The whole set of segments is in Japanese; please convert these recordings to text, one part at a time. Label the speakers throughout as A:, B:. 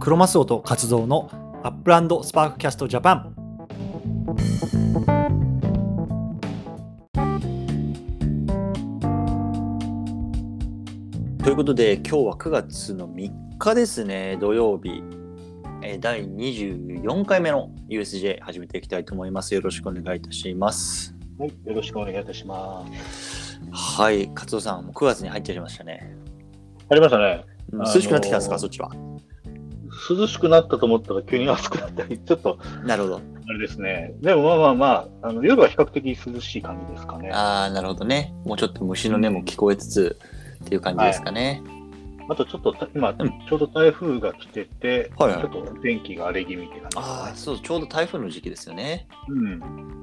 A: クロマスオと活動のアップランドスパークキャストジャパンということで今日は9月の3日ですね土曜日えー第24回目の USJ 始めていきたいと思いますよろしくお願いいたします
B: はい、よろしくお願いいたします。
A: はい勝尾さんもう9月に入っちゃいましたね
B: ありましたね。
A: うん
B: あのー
A: 涼しくなってきたんですかそっちは
B: 涼しくなったと思ったら急に暑くなったり、 ちょっと
A: なるほど
B: あれですね。でもまあまあまあ、あの夜は比較的涼しい感じですかね。あ
A: ああなるほどねもうちょっと虫の音も聞こえつつっていう感じですかね、
B: とちょっとた今、
A: うん
B: ちょうど台風が来てて、
A: はいはい
B: ちょっと天気が荒れ気味って感じですね。
A: ああそうちょうど台風の時期ですよね
B: う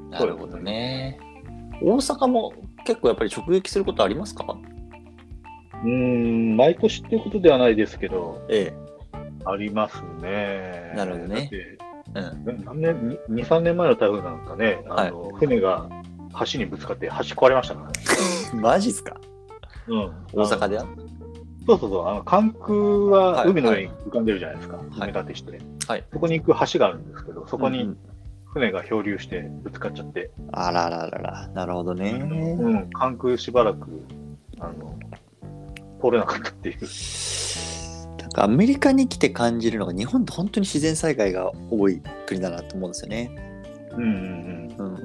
B: ん。
A: なるほどね大阪も結構やっぱり直撃することありますか
B: うーん、毎年ってことではないですけど、
A: え
B: ありますね。
A: なるほどね
B: だって
A: えう
B: 何年、に2、3年前の台風なんかね、あの船が橋にぶつかって橋壊れまし たからね。
A: んマジっすか
B: うん、
A: 大阪では
B: そうそうそう、あの関空は
A: はい
B: 海の上に浮かんでるじゃないですか、埋め立てして、そこに行く橋があるんですけど、そこ
A: うんう
B: に
A: ん
B: 船が漂流してぶつかっちゃって、
A: あららららなるほどね、
B: うん、関空しばらくあの通れなかったっていう、
A: なんかアメリカに来て感じるのが日本って本当に自然災害が多い国だなと思うんですよね、
B: うんうん
A: うん、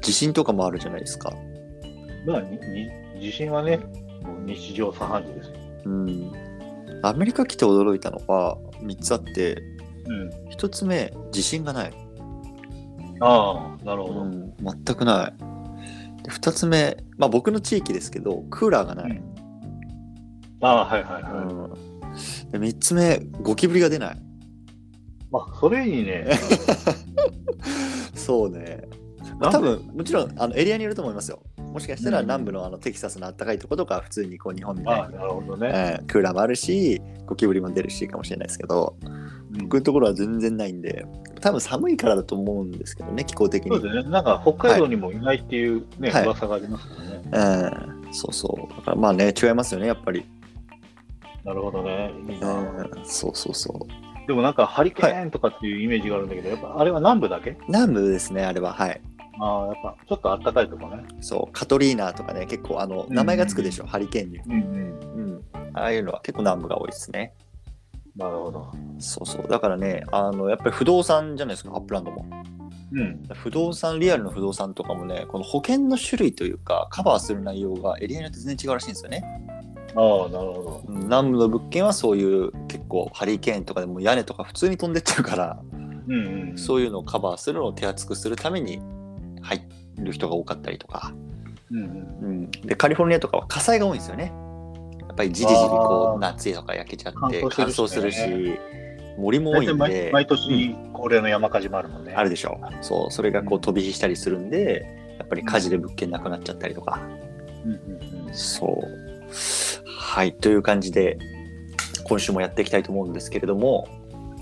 A: 地震とかもあるじゃないですか
B: うん、まあにに地震はね、もう日常茶飯事ですよ。
A: うん、アメリカ来て驚いたのは3つあって
B: うん、
A: 1つ目自信がない、
B: ああ、なるほど。
A: うん、全くないで2つ目、まあ、僕の地域ですけどクーラーがない、
B: ああ、はいはいはい。
A: うん、で3つ目ゴキブリが出ない
B: まあ、それいい ね。
A: そうね
B: なん
A: 多
B: で
A: 分もちろんあのエリアによると思いますよもしかしたら南部のあのテキサスのあったかいとことかは普通にこう日本みたい
B: ああ、
A: に、
B: なるほどね。
A: えークーラーもあるしゴキブリも出るしかもしれないですけど
B: うん
A: 僕のところは全然ないんで多分寒いからだと思うんですけどね気候的に
B: そうですね、なんか北海道にもいないっていうね、
A: はい
B: 噂がありますよね。
A: うんそうそう。だからまあね、違いますよね、やっぱり。
B: なるほどね。いいな
A: うん、そうそうそう。
B: でもなんかハリケーンとかっていうイメージがあるんだけど、やっぱあれは南部だけ
A: 南部ですね、あれは。はい。
B: ああ、やっぱちょっとあったかいとこね。
A: そう、カトリーナとかね、結構あの、
B: うん
A: 名前がつくでしょ、ハリケーンに。
B: うんうん。
A: うん。ああいうのは結構南部が多いですね。
B: なるほど。
A: そうそう。だからね、あの、やっぱり不動産じゃないですか、アップランドも。
B: うん。
A: 不動産、リアルの不動産とかもね、この保険の種類というか、カバーする内容がエリアによって全然違うらしいんですよね。
B: ああ、なるほ
A: うん南部の物件はそういう結構ハリケーンとかでも屋根とか普通に飛んでっちゃうから、
B: ど。うんうん。
A: そうういうのをカバーするのを手厚くするために入る人が多かったりとか、
B: んうん。
A: うん、でカリフォルニアとかは火災が多いんですよねやっぱりじりじりこ
B: あ
A: う
B: ー
A: 夏とか焼けちゃって乾
B: 乾
A: 燥
B: 燥
A: す
B: す
A: る
B: る
A: し
B: しね
A: 森も多
B: 大
A: い
B: 体
A: んで
B: 毎毎年恒例の山火事もあるもんね。
A: あるでしょそうそれがこう飛び火したりするんでやっぱり火事で物件なくなっちゃったりとか
B: うんうんうん。
A: そうはいという感じで今週もやっていきたいと思うんですけれども、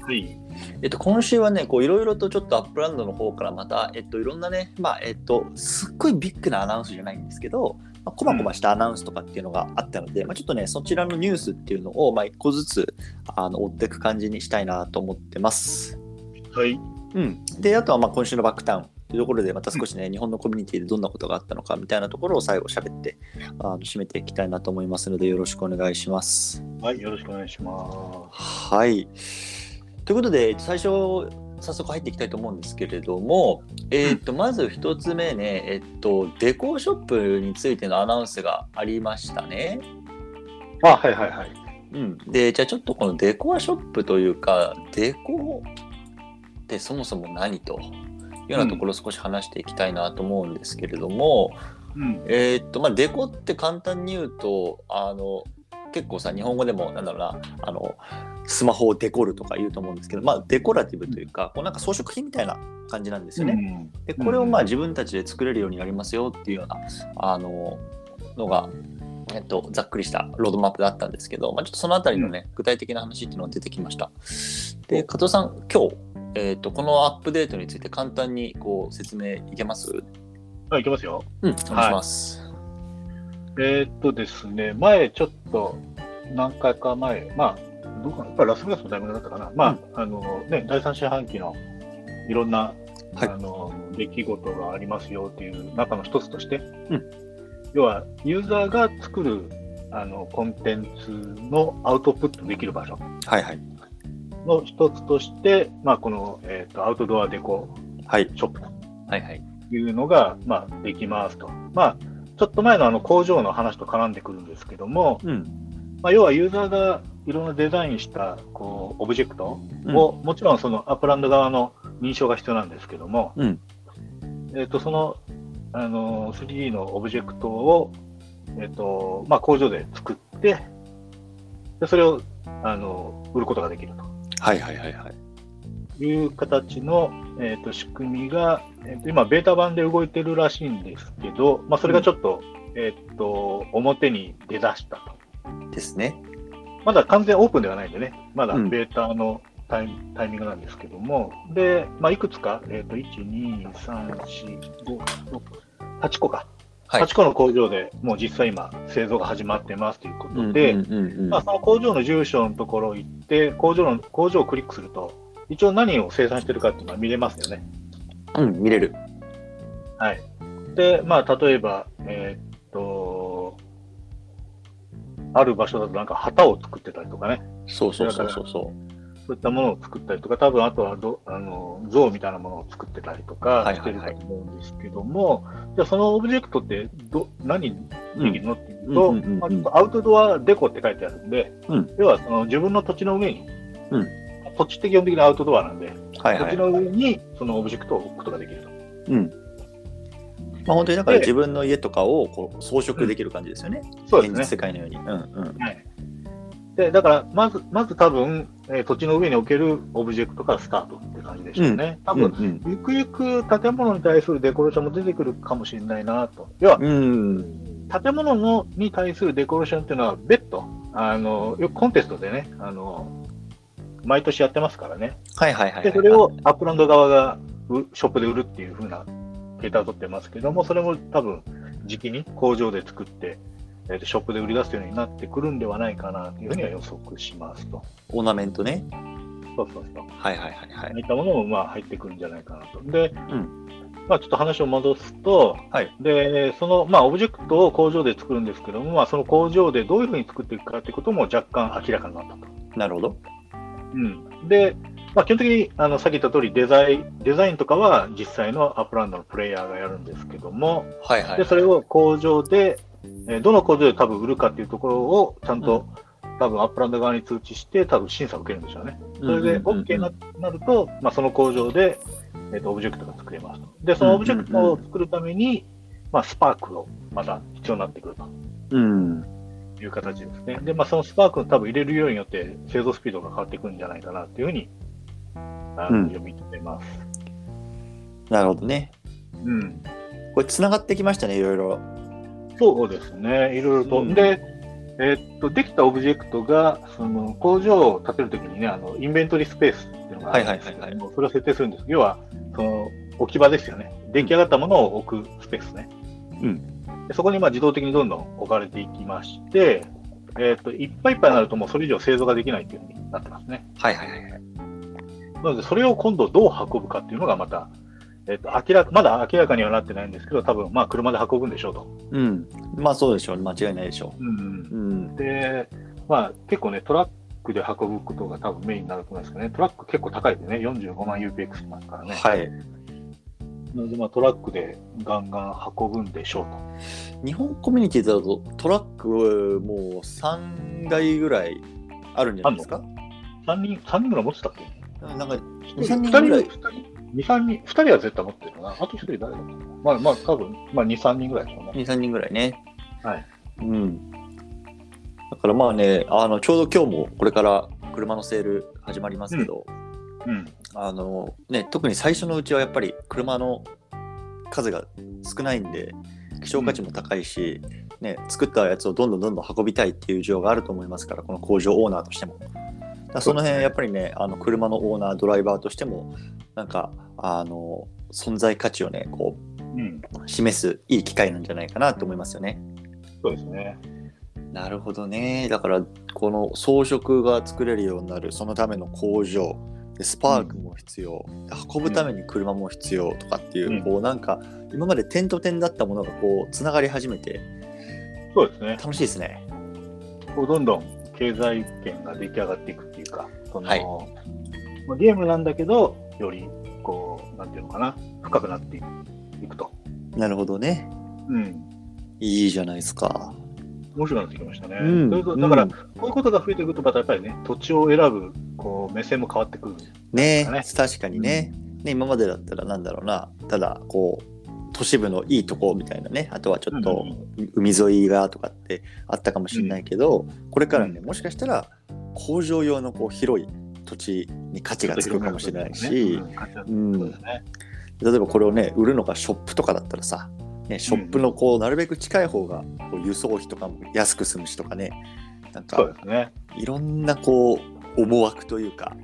B: はい。
A: えっと、今週はね、こういろいろとちょっとアップランドの方からまた、えっと、いろんなね、まあ、えっと、すっごいビッグなアナウンスじゃないんですけど、まあ、こまこましたアナウンスとかっていうのがあったので、まあ、ちょっとね、そちらのニュースっていうのを、まあ、一個ずつ、あの、追っていく感じにしたいなと思ってます。
B: はい。
A: うん。で、あとは、まあ、今週のバックタウンというところで、また少しね、日本のコミュニティでどんなことがあったのかみたいなところを最後喋って、あの、締めていきたいなと思いますので、よろしくお願いします。
B: はい。よろしくお願いします。
A: はい。ということで最初早速入っていきたいと思うんですけれども、えーっとまず1つ目ね、えっとデコショップについてのアナウンスがありましたね。
B: あ、はいはいはい。
A: うん、でじゃあちょっとこのデコアショップというかデコってそもそも何というようなところを少し話していきたいなと思うんですけれども、
B: うん。
A: えーっとまあデコって簡単に言うとあの結構さ日本語でもなんだろうなあのスマホをデコるとか言うと思うんですけど、まあ、デコラティブというか、こうなんか装飾品みたいな感じなんですよね。でこれをまあ自分たちで作れるようになりますよっていうようなあののが、えっと、ざっくりしたロードマップだったんですけど、まあ、ちょっとそのあたりのね、具体的な話っていうのが出てきました。で加藤さん今日、えーっとこのアップデートについて簡単にこう説明いけます
B: うん。はい、いきますよ。
A: うん、お願いします。
B: えーっとですね、前ちょっと何回か前、まあ、どうかな、やっぱりラスベガスのタイミングだったかな、まああのね、第3四半期のいろんな、
A: はい
B: あの出来事がありますよっていう中の一つとして、
A: うん
B: 要はユーザーが作るあのコンテンツのアウトプットできる場所
A: はいはい
B: の一つとして、まあ、この、えー、とアウトドアデコ
A: はい
B: ショップと
A: はいはい
B: いうのが、まあ、できますと。まあちょっと前のあの工場の話と絡んでくるんですけども、
A: うん
B: まあ、要はユーザーがいろんなデザインしたこうオブジェクト
A: うん
B: を、もちろんそのアップランド側の認証が必要なんですけども、
A: うん
B: えー、とそのあの 3D のオブジェクトを、えーとまあ、工場で作ってでそれをあの売ることができる
A: はいはいはいはい
B: という形の、えー、と仕組みが、えー、と今ベータ版で動いてるらしいんですけど、まあ、それがちょっと,、えー、と表に出だしたと。
A: ですね
B: まだ完全オープンではないんでね、まだ
A: うん
B: ベータのタイ,、タイミングなんですけども、で、まあ、いくつか、えっ、と、1、2、3、4、5、6、8個か。
A: はい
B: 8個の工場でもう実際今、製造が始まってますということで、
A: うんうんうんうん
B: まあ、その工場の住所のところ行って、工場の、工場をクリックすると、一応何を生産してるかっていうのは見れますよね。
A: うん見れる
B: はい。で、まあ、例えば、えーっと、ある場所だとなんか旗を作ってたりとかね。
A: そうそうそうそうそう
B: そういったものを作ったりとか、多分あとはどあの像みたいなものを作ってたりと
A: は
B: か
A: い
B: し
A: は
B: て
A: い
B: る
A: はい
B: と思うんですけども、じゃあそのオブジェクトってど何
A: う
B: でき
A: ん
B: るのっていうと、
A: うんうんうんうん
B: まあちょっとアウトドアデコって書いてあるんで、
A: うん
B: 要はその自分の土地の上に、
A: うん
B: 土地って基本的にアウトドアなんで、
A: はいは
B: 土地
A: い
B: の上にそのオブジェクトを置くことができると。
A: うんまあ本当にだから
B: で
A: 自分の家とかをこう装飾できる感じですよね、
B: そうで
A: 現実
B: す
A: 世
B: ね。
A: 界のようにうんうん
B: でだからまず、まず多分、えー土地の上に置けるオブジェクトからスタートって感じでしょうね。多分、
A: うん
B: ゆくゆく建物に対するデコレーションも出てくるかもしれないなと。要は、
A: うんうん
B: 建物のに対するデコレーションっていうのは別途、あの、よくコンテストでね、あの、毎年やってますからね。
A: はいはいはいはい
B: で、それをアップランド側がうショップで売るっていう風なデータを取ってますけども、それも多分、時期に工場で作って、えーとショップで売り出すようになってくるんではないかなというふうには予測しますと。
A: オーナメントね
B: そうそうそう。
A: はいはいはいは
B: ああい
A: い
B: ったものもまあ入ってくるんじゃないかなと。で、
A: ん
B: まあ、ちょっと話を戻すと、
A: はい
B: でその、まあ、オブジェクトを工場で作るんですけども、まあ、その工場でどういうふうに作っていくかということも若干明らかになったと。
A: なるほど
B: うん、で、まあ、基本的にあのさっき言った通りデザイン、デザインとかは実際のアップランドのプレイヤーがやるんですけども、
A: はいはい
B: でそれを工場で、えーどの工場で多分売るかっていうところをちゃんと、多分アップランド側に通知して、多分審査を受けるんでしょうね。それで OK にななると、まあ、その工場で、えー、とオブジェクトが作れますと。で、そのオブジェクトを作るために、まあ、スパークをまた必要になってくると
A: うん
B: いう形ですね。で、まあ、そのスパークを多分入れるようによって、製造スピードが変わってくるんじゃないかなというふうに、あの
A: うん
B: 読み取れます。
A: なるほどね
B: うん。
A: これ繋がってきましたねいろいろ
B: そうですね、いろいろと。
A: うん
B: で、えーっと、できたオブジェクトが、その工場を建てるときにね、あの、インベントリースペースっていうのがあるんですけども、
A: はいはい
B: それを設定するんです。要は、その置き場ですよね。出来上がったものを置くスペースね。
A: う
B: でそこにまあ自動的にどんどん置かれていきまして、えーっと、いっぱいいっぱいになるともうそれ以上製造ができないっていうふうになってますね。
A: はいはいはいはい
B: なので、それを今度どう運ぶかっていうのがまた、えーっと、明らか、まだ明らかにはなってないんですけど、多分、まあ、車で運ぶんでしょうと。
A: うんまあそうでしょう間違いないでしょ
B: うんうん
A: ううん
B: で、まあ、結構ね、トラックで運ぶことが多分メインになると思うんですけどね、トラック結構高いんでね、45万 UPX しますからね、
A: はい
B: なので、まあ、トラックでガンガン運ぶんでしょうと。
A: 日本コミュニティだとトラックもう3台ぐらいあるんじゃないですか
B: 3人、三人ぐらい持ってたっけ
A: なんか
B: 2
A: 2、3人ぐらい
B: 2人、2 3人、2人は絶対持ってるかな。あと1人誰だろうなまあまあ、多分、まあ2、3人ぐらいでしょうね。
A: 23人ぐらいね
B: はい
A: うんだからまあねあのちょうど今日もこれから車のセール始まりますけど、
B: うん。
A: あのね特に最初のうちはやっぱり車の数が少ないんで希少価値も高いし、ね、作ったやつをどんどんどんどん運びたいっていう需要があると思いますからこの工場オーナーとしても。だからその辺やっぱりねあの車のオーナードライバーとしてもなんかあの存在価値をねこ
B: うん。
A: う示すいい機会なんじゃないかなと思いますよね。
B: そうですね。
A: なるほどね。だから、この装飾が作れるようになる、そのための工場、でスパークも必要、運ぶために車も必要とかっていう、
B: うん
A: こうなんか、今まで点と点だったものがこう、つながり始めて、
B: そうですね。
A: 楽しいですね。
B: こうどんどん経済圏が出来上がっていくっていうか、その、
A: はい
B: まあゲームなんだけど、より、こう、なんていうのかな、深くなっていくと。
A: なるほどね。
B: うん。
A: いいじゃないですか。
B: 面白くなってきましたね。
A: うん
B: それとだから、
A: うん
B: こういうことが増えてくると、またやっぱりね、土地を選ぶ、こう、目線も変わってくる。
A: ね
B: ね
A: 確かにね,、ね今までだったらなんだろうなただこう都市部のいいとこみたいなねあとはちょっと海沿いがとかってあったかもしれないけど、これからね
B: う
A: もしかしたら工場用のこう広い土地に価値がつくかもしれないし、
B: うん価値がつ
A: う
B: く
A: ん
B: そうだね。
A: 例えばこれをね売るのがショップとかだったらさ、ね、ショップのこうなるべく近い方がこう輸送費とかも安く済むしとかねなん
B: そう
A: か
B: ですね。
A: いろんなこう思惑というか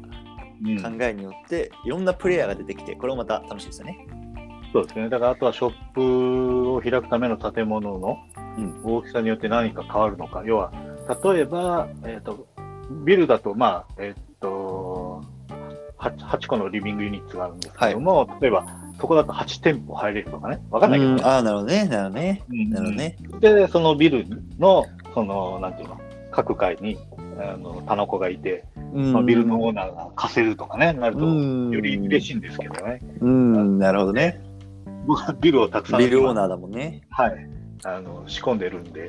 B: うん
A: 考えによっていろんなプレイヤーが出てきてこれもまた楽しいですよね。
B: そうですね。だから、あとはショップを開くための建物の
A: うん
B: 大きさによって何か変わるのか。要は、例えば、えっ、と、ビルだと、まあ、えっ、と8、8個のリビングユニットがあるんですけども、例えば、そこだと8店舗入れるとかね。わかんないけど、
A: うんああなるほどねなるほどね
B: うん
A: なるほどね。
B: で、そのビルの、その、なんていうの、各階に、あの、タナコがいて、
A: うん
B: まあビルのオーナーが貸せるとかね、なると、より嬉
A: しい。
B: しいんですけどね。
A: うんなるほどね。
B: 僕はビルをたくさん
A: ビルオーナーだもんね。
B: はい、あの仕込んでるんで、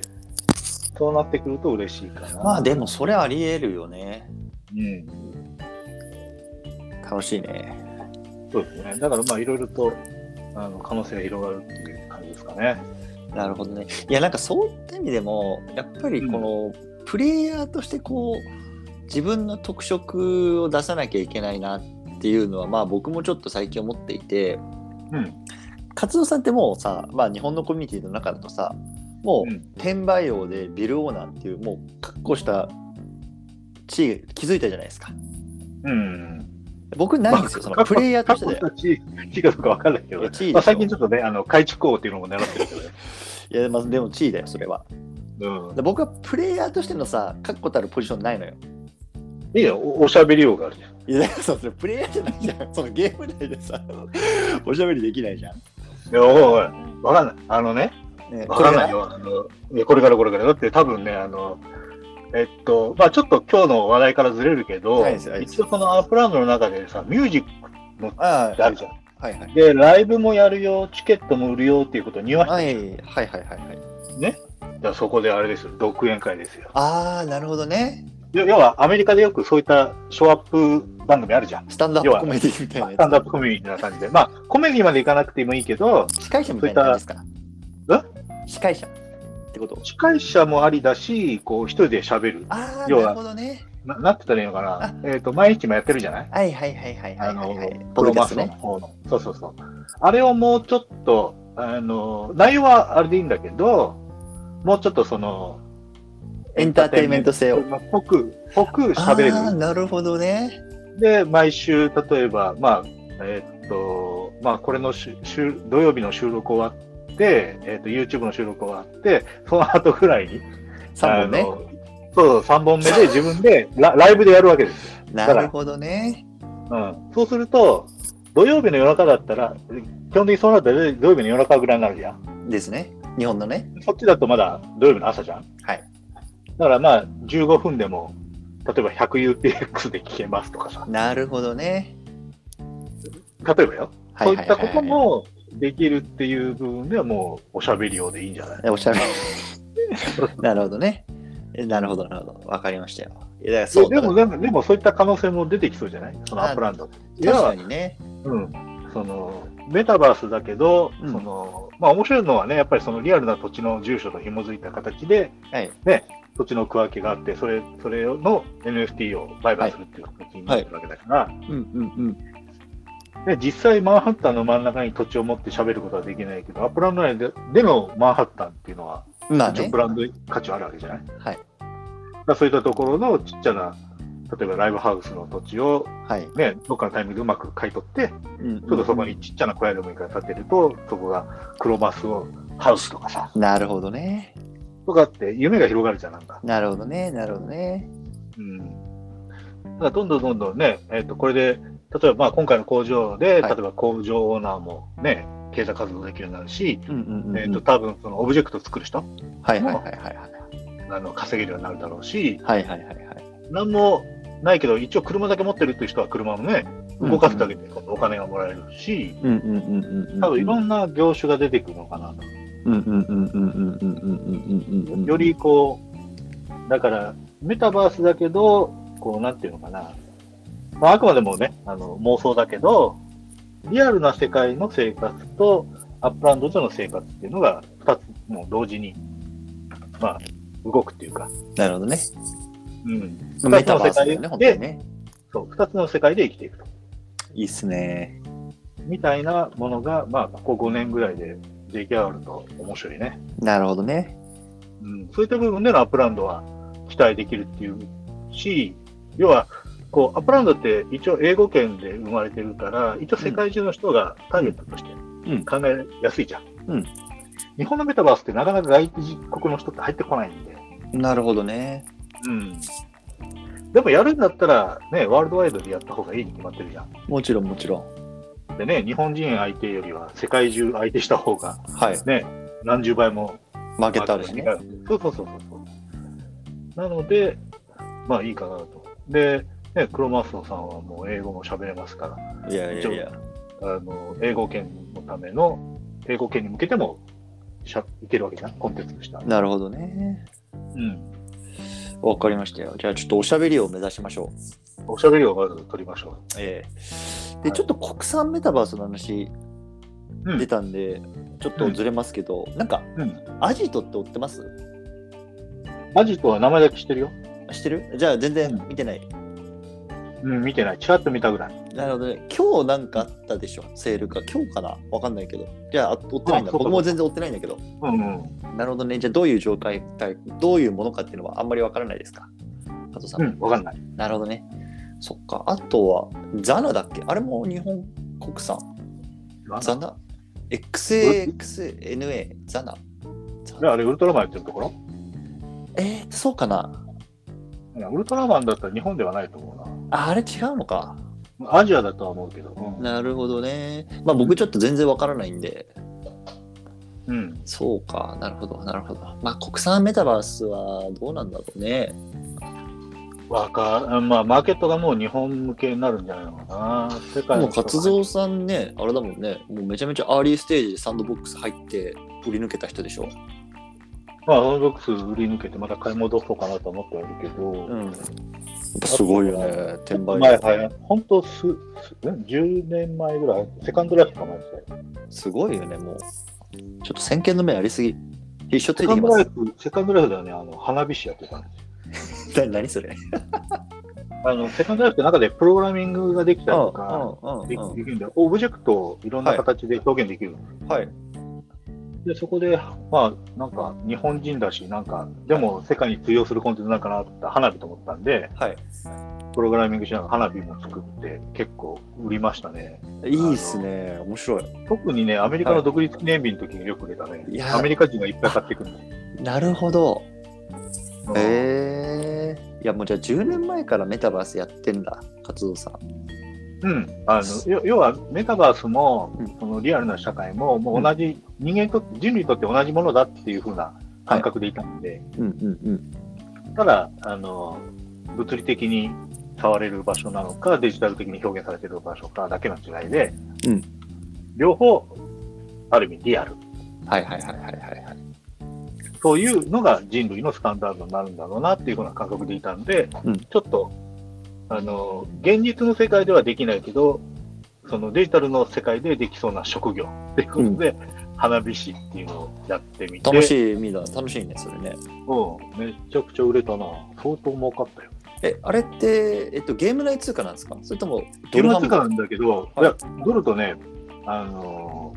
B: そうなってくると嬉しいかな。
A: まあでもそれありえるよね。
B: うん、
A: 楽しいね。
B: そうですね。だからまあいろいろとあの可能性が広がるっていう感じですかね。
A: なるほどね。いやなんかそういった意味でもやっぱりこのプレイヤーとしてこう自分の特色を出さなきゃいけないなっていうのはまあ僕もちょっと最近思っていて。
B: うん、
A: 活動さんってもうさ、まあ、日本のコミュニティの中だとさもう
B: うん
A: 転売王でビルオーナーっていうもう確固した地位築いたじゃないですか
B: うん。
A: 僕ないんですよそのプレイヤーとしてだよ
B: ち、ちかどうかわかんないけ
A: い
B: ど
A: や地位でしょ、
B: まあ、最近ちょっとね、あの改築王っていうのも狙ってるけ
A: いや、まあ、でも地位だよそれは
B: ど、う
A: で僕はプレイヤーとしてのさ確固たるポジションないのよ
B: ん、いいよ、おおしゃべり王があるじゃん。
A: いやだからさそれプレイヤーじゃないじゃんそ のゲーム内でさ おしゃべりできないじゃん、
B: いや、おいおい、わかんない。あのね、
A: ね、
B: わかん
A: これ
B: ない
A: が
B: よ。あのいやこれからこれから。だって多分ね、あの、えっと、まあちょっと今日の話題からずれるけど
A: はいですはい、です
B: 一度このアップランドの中でさ、ミュージック
A: あ
B: って
A: あ
B: あるじゃん。
A: はいはい
B: で、ライブもやるよ、チケットも売るよっていうことを庭
A: はいはいはいはいはい
B: じゃあそこであれですよ、独演会ですよ。
A: ああなるほどね
B: 要要はアメリカでよくそういったショーアップ番組あるじゃん。
A: スタンダップコメディみたいな
B: ス
A: や
B: タンダップコミュニティな感じで。まあ、コメディまでいかなくてもいいけど、
A: つ司会者みたいな感じですか司会者ってこと
B: 司会者もありだし、こう、一人で喋る。
A: ああな
B: 要は
A: るほどね
B: ななんて言ったらいいのかな。えっと、毎日もやってるじゃない
A: はいはいはいはいは
B: あ
A: いはい
B: の
A: はい、
B: プロマスの
A: ね
B: 方の。そうそうそう。あれをもうちょっと、あの、内容はあれでいいんだけど、もうちょっとその、
A: エンターテインメント性を
B: まあぽく、ぽく喋れ
A: あー
B: る。
A: なるほどね
B: で、毎週、例えば、まあ、えーっと、まあ、これのしゅ週土曜日の収録終わって、えーっと、YouTube の収録終わって、その後ぐらいに、
A: 3本
B: あ
A: ね
B: のそう、3本目で自分でラライブでやるわけです。
A: なるほどね
B: うん、そうすると、土曜日の夜中だったら、基本的にそうなったら土曜日の夜中ぐらいになるじゃん。
A: ですね日本のね
B: そっちだとまだ土曜日の朝じゃん。
A: はい。
B: だからまあ、15分でも、例えば 100UTX で聞けますとかさ、
A: なるほどね
B: 例えばよ、
A: ははは
B: そういったこともできるっていう部分ではもう、おしゃべり用でいいんじゃない
A: おし ゃべりなるほどねえなるほどなるほどわかりましたよいやだからそう
B: で
A: だ
B: も
A: から
B: でも、でもそういった可能性も出てきそうじゃないそのアップランド。いや
A: 確かにね
B: うん、そのメタバースだけど、
A: うん
B: そのまあ面白いのはね、やっぱりそのリアルな土地の住所と紐づいた形で、
A: はい
B: ね、土地の区分けがあって、それそれの NFT を売買するっていう形になってるわけだから、
A: うんうんうん
B: ね実際、マンハッタンの真ん中に土地を持って喋ることはできないけど、アップランド内ででのマンハッタンっていうのは、
A: まあ
B: 一応
A: ね
B: ブランド価値はあるわけじゃない、
A: はい
B: だからそういったところのちっちゃな、例えばライブハウスの土地を、
A: はい
B: ね、どっかのタイミングでうまく買い取って、
A: うん
B: ちょっとそこにちっちゃな小屋でもいいから建てると、そこが黒マスをハウスとかさ、
A: なるほどね
B: とかって夢が広がるじゃんなんか。
A: なるほどね、なるほどね。
B: うん。だからどんどんどんどんね、えっ、と、これで、例えばまあ今回の工場で、
A: はい
B: 例えば工場オーナーもね、経済活動できるようになるし、
A: うんうんうんうん
B: えっ、と、多分そのオブジェクト作る人、
A: はいはいはいはいはい。
B: あの、稼げるようになるだろうし、
A: はいはいはいはい。
B: なんもないけど、一応車だけ持ってるっていう人は車もね、動かすだけでお金がもらえるし、
A: うんうんうんうんうん。
B: 多分いろんな業種が出てくるのかなと。
A: うんうんうんうんうんうんうんうんうんうん。
B: よりこう、だから、メタバースだけど、こう、なんていうのかな。まあ、あくまでもね、あの、妄想だけど、リアルな世界の生活と、アップランドでの生活っていうのが、二つもう同時に、まあ、動くっていうか、
A: なるほどね。
B: うん。
A: メタバースだよね、本当にね。
B: そう、二つの世界で生きていくと。
A: いいっすね。
B: みたいなものが、まあ、ここ5年ぐらいで出来上がると面白いね。
A: なるほどね。
B: うん。そういった部分でのアップランドは期待できるっていうし、要は、こう、アップランドって一応英語圏で生まれてるから、一応世界中の人がターゲットとして
A: うん
B: 考えやすいじゃん。
A: うん
B: 日本のメタバースってなかなか外国の人って入ってこないんで。
A: なるほどね。
B: うん。でもやるんだったら、ね、ワールドワイドでやった方がいいに決まってるじゃん。
A: もちろんもちろん。
B: でね、日本人相手よりは世界中相手した方が
A: はい。
B: ね、何十倍も
A: 負けたるしね。
B: そうそうそうそうそう。なので、まあいいかなと。で、ね、クロマスオさんはもう英語も喋れますか
A: いやいやいや。
B: ら、あの英語圏のための、英語圏に向けてもしゃいけるわけじゃん、コンテンツとしては。
A: なるほどね。
B: うん。
A: わかりましたよ。じゃあちょっとおしゃべりを目指しましょう。
B: おしゃべりをまず取りましょ
A: ええ
B: はい
A: でちょっと国産メタバースの話
B: う。うん
A: 出。たんで、ちょっとずれますけど、なんか
B: うん、
A: アジトって追ってます
B: アジトは名前だけ知ってるよ。
A: 知ってるじゃあ全然見てない。
B: うん、見てない。ちらっと見たぐらい。
A: なるほどね。今日なんかあったでしょセールか。今日かなわかんないけど。じゃあ追ってないんだ。
B: あそうか
A: 僕も全然追ってないんだけど。
B: うんうん。
A: なるほどね。じゃあどういう状態、どういうものかっていうのはあんまりわからないですか加藤さん。
B: うん、わかんない。
A: なるほどね。そっか。あとは、ザナだっけあれも日本国産。ザナ ?XAXNA、ザナ。ザ
B: で
A: ナ
B: あれ、ウルトラマンやってるところ
A: えー、そうかない
B: やウルトラマンだったら日本ではないと思
A: ああれ違うのか。
B: うな。アジアだとは思うけど。うん
A: なるほどね。まあ僕ちょっと全然わからないんで、
B: うん
A: そうか、なるほど、なるほど。まあ国産メタバースはどうなんだろうね。
B: わかまあ、マーケットがもう日本向けになるんじゃないのかな。世
A: で
B: 界
A: も
B: の
A: う
B: 人が
A: 活動さんね、あれだもんね、もうめちゃめちゃアーリーステージでサンドボックス入って、振り抜けた人でしょ。
B: まあ、サンドボックス売り抜けて、また買い戻そうかなと思ってはいるけど、
A: うん。やっぱすごいよね、転売
B: 前
A: 力。
B: は本当す、すん10年前ぐらい、セカンドライフか前ですね。
A: すごいよね、もう。ちょっと先見の目ありすぎ。一緒つ
B: セ
A: いて
B: カ
A: き
B: ンド
A: ま
B: ライ
A: す。
B: フ、セカンドライフではね、あの花火師やってたんですよ。
A: な何それ
B: あのセカンドライフって中でプログラミングができたりとか、
A: うんうん
B: で
A: うん
B: できるんで、オブジェクトをいろんな形で表現できる。
A: はい。
B: で、そこで、まあ、なんか、日本人だし、なんか、でも世界に通用するコンテンツなんかなと思った花火と思ったんで、
A: はい。
B: プログラミングしながら花火も作って結構売りましたね。
A: いいっすね、面白い。
B: 特にね、アメリカの独立記念日の時によく出たね
A: い。や
B: アメリカ人がいっぱい買ってくるんです
A: なるほど。
B: よ。
A: ええいやもうじゃあ10年前からメタバースやってんだ活動さん
B: うん。あの、よ要はメタバースも
A: うん、
B: そのリアルな社会も、も
A: う
B: うん同じ、人間にとって、人類にとって同じものだっていう風な感覚でいたんで、
A: うんうんうん
B: ただ、あの、物理的に触れる場所なのか、デジタル的に表現されてる場所かだけの違いで、
A: うん
B: 両方、ある意味リアル
A: はいはいはいはいはいはい
B: そういうのが人類のスタンダードになるんだろうなっていうふうな感覚でいたんで、
A: うん
B: ちょっと、あの、現実の世界ではできないけど、そのデジタルの世界でできそうな職業っていうことで、花火師っていうのをやってみて、
A: 楽しいみだ楽しいねそれね
B: うん、めちゃくちゃ売れたな。相当儲かったよ。
A: えあれって、えっと、ゲーム内通貨なんですかそれともド
B: ド
A: ル
B: ル
A: 販
B: 通貨な
A: 売
B: んだけど、
A: はい
B: いや、ドルとね、あの、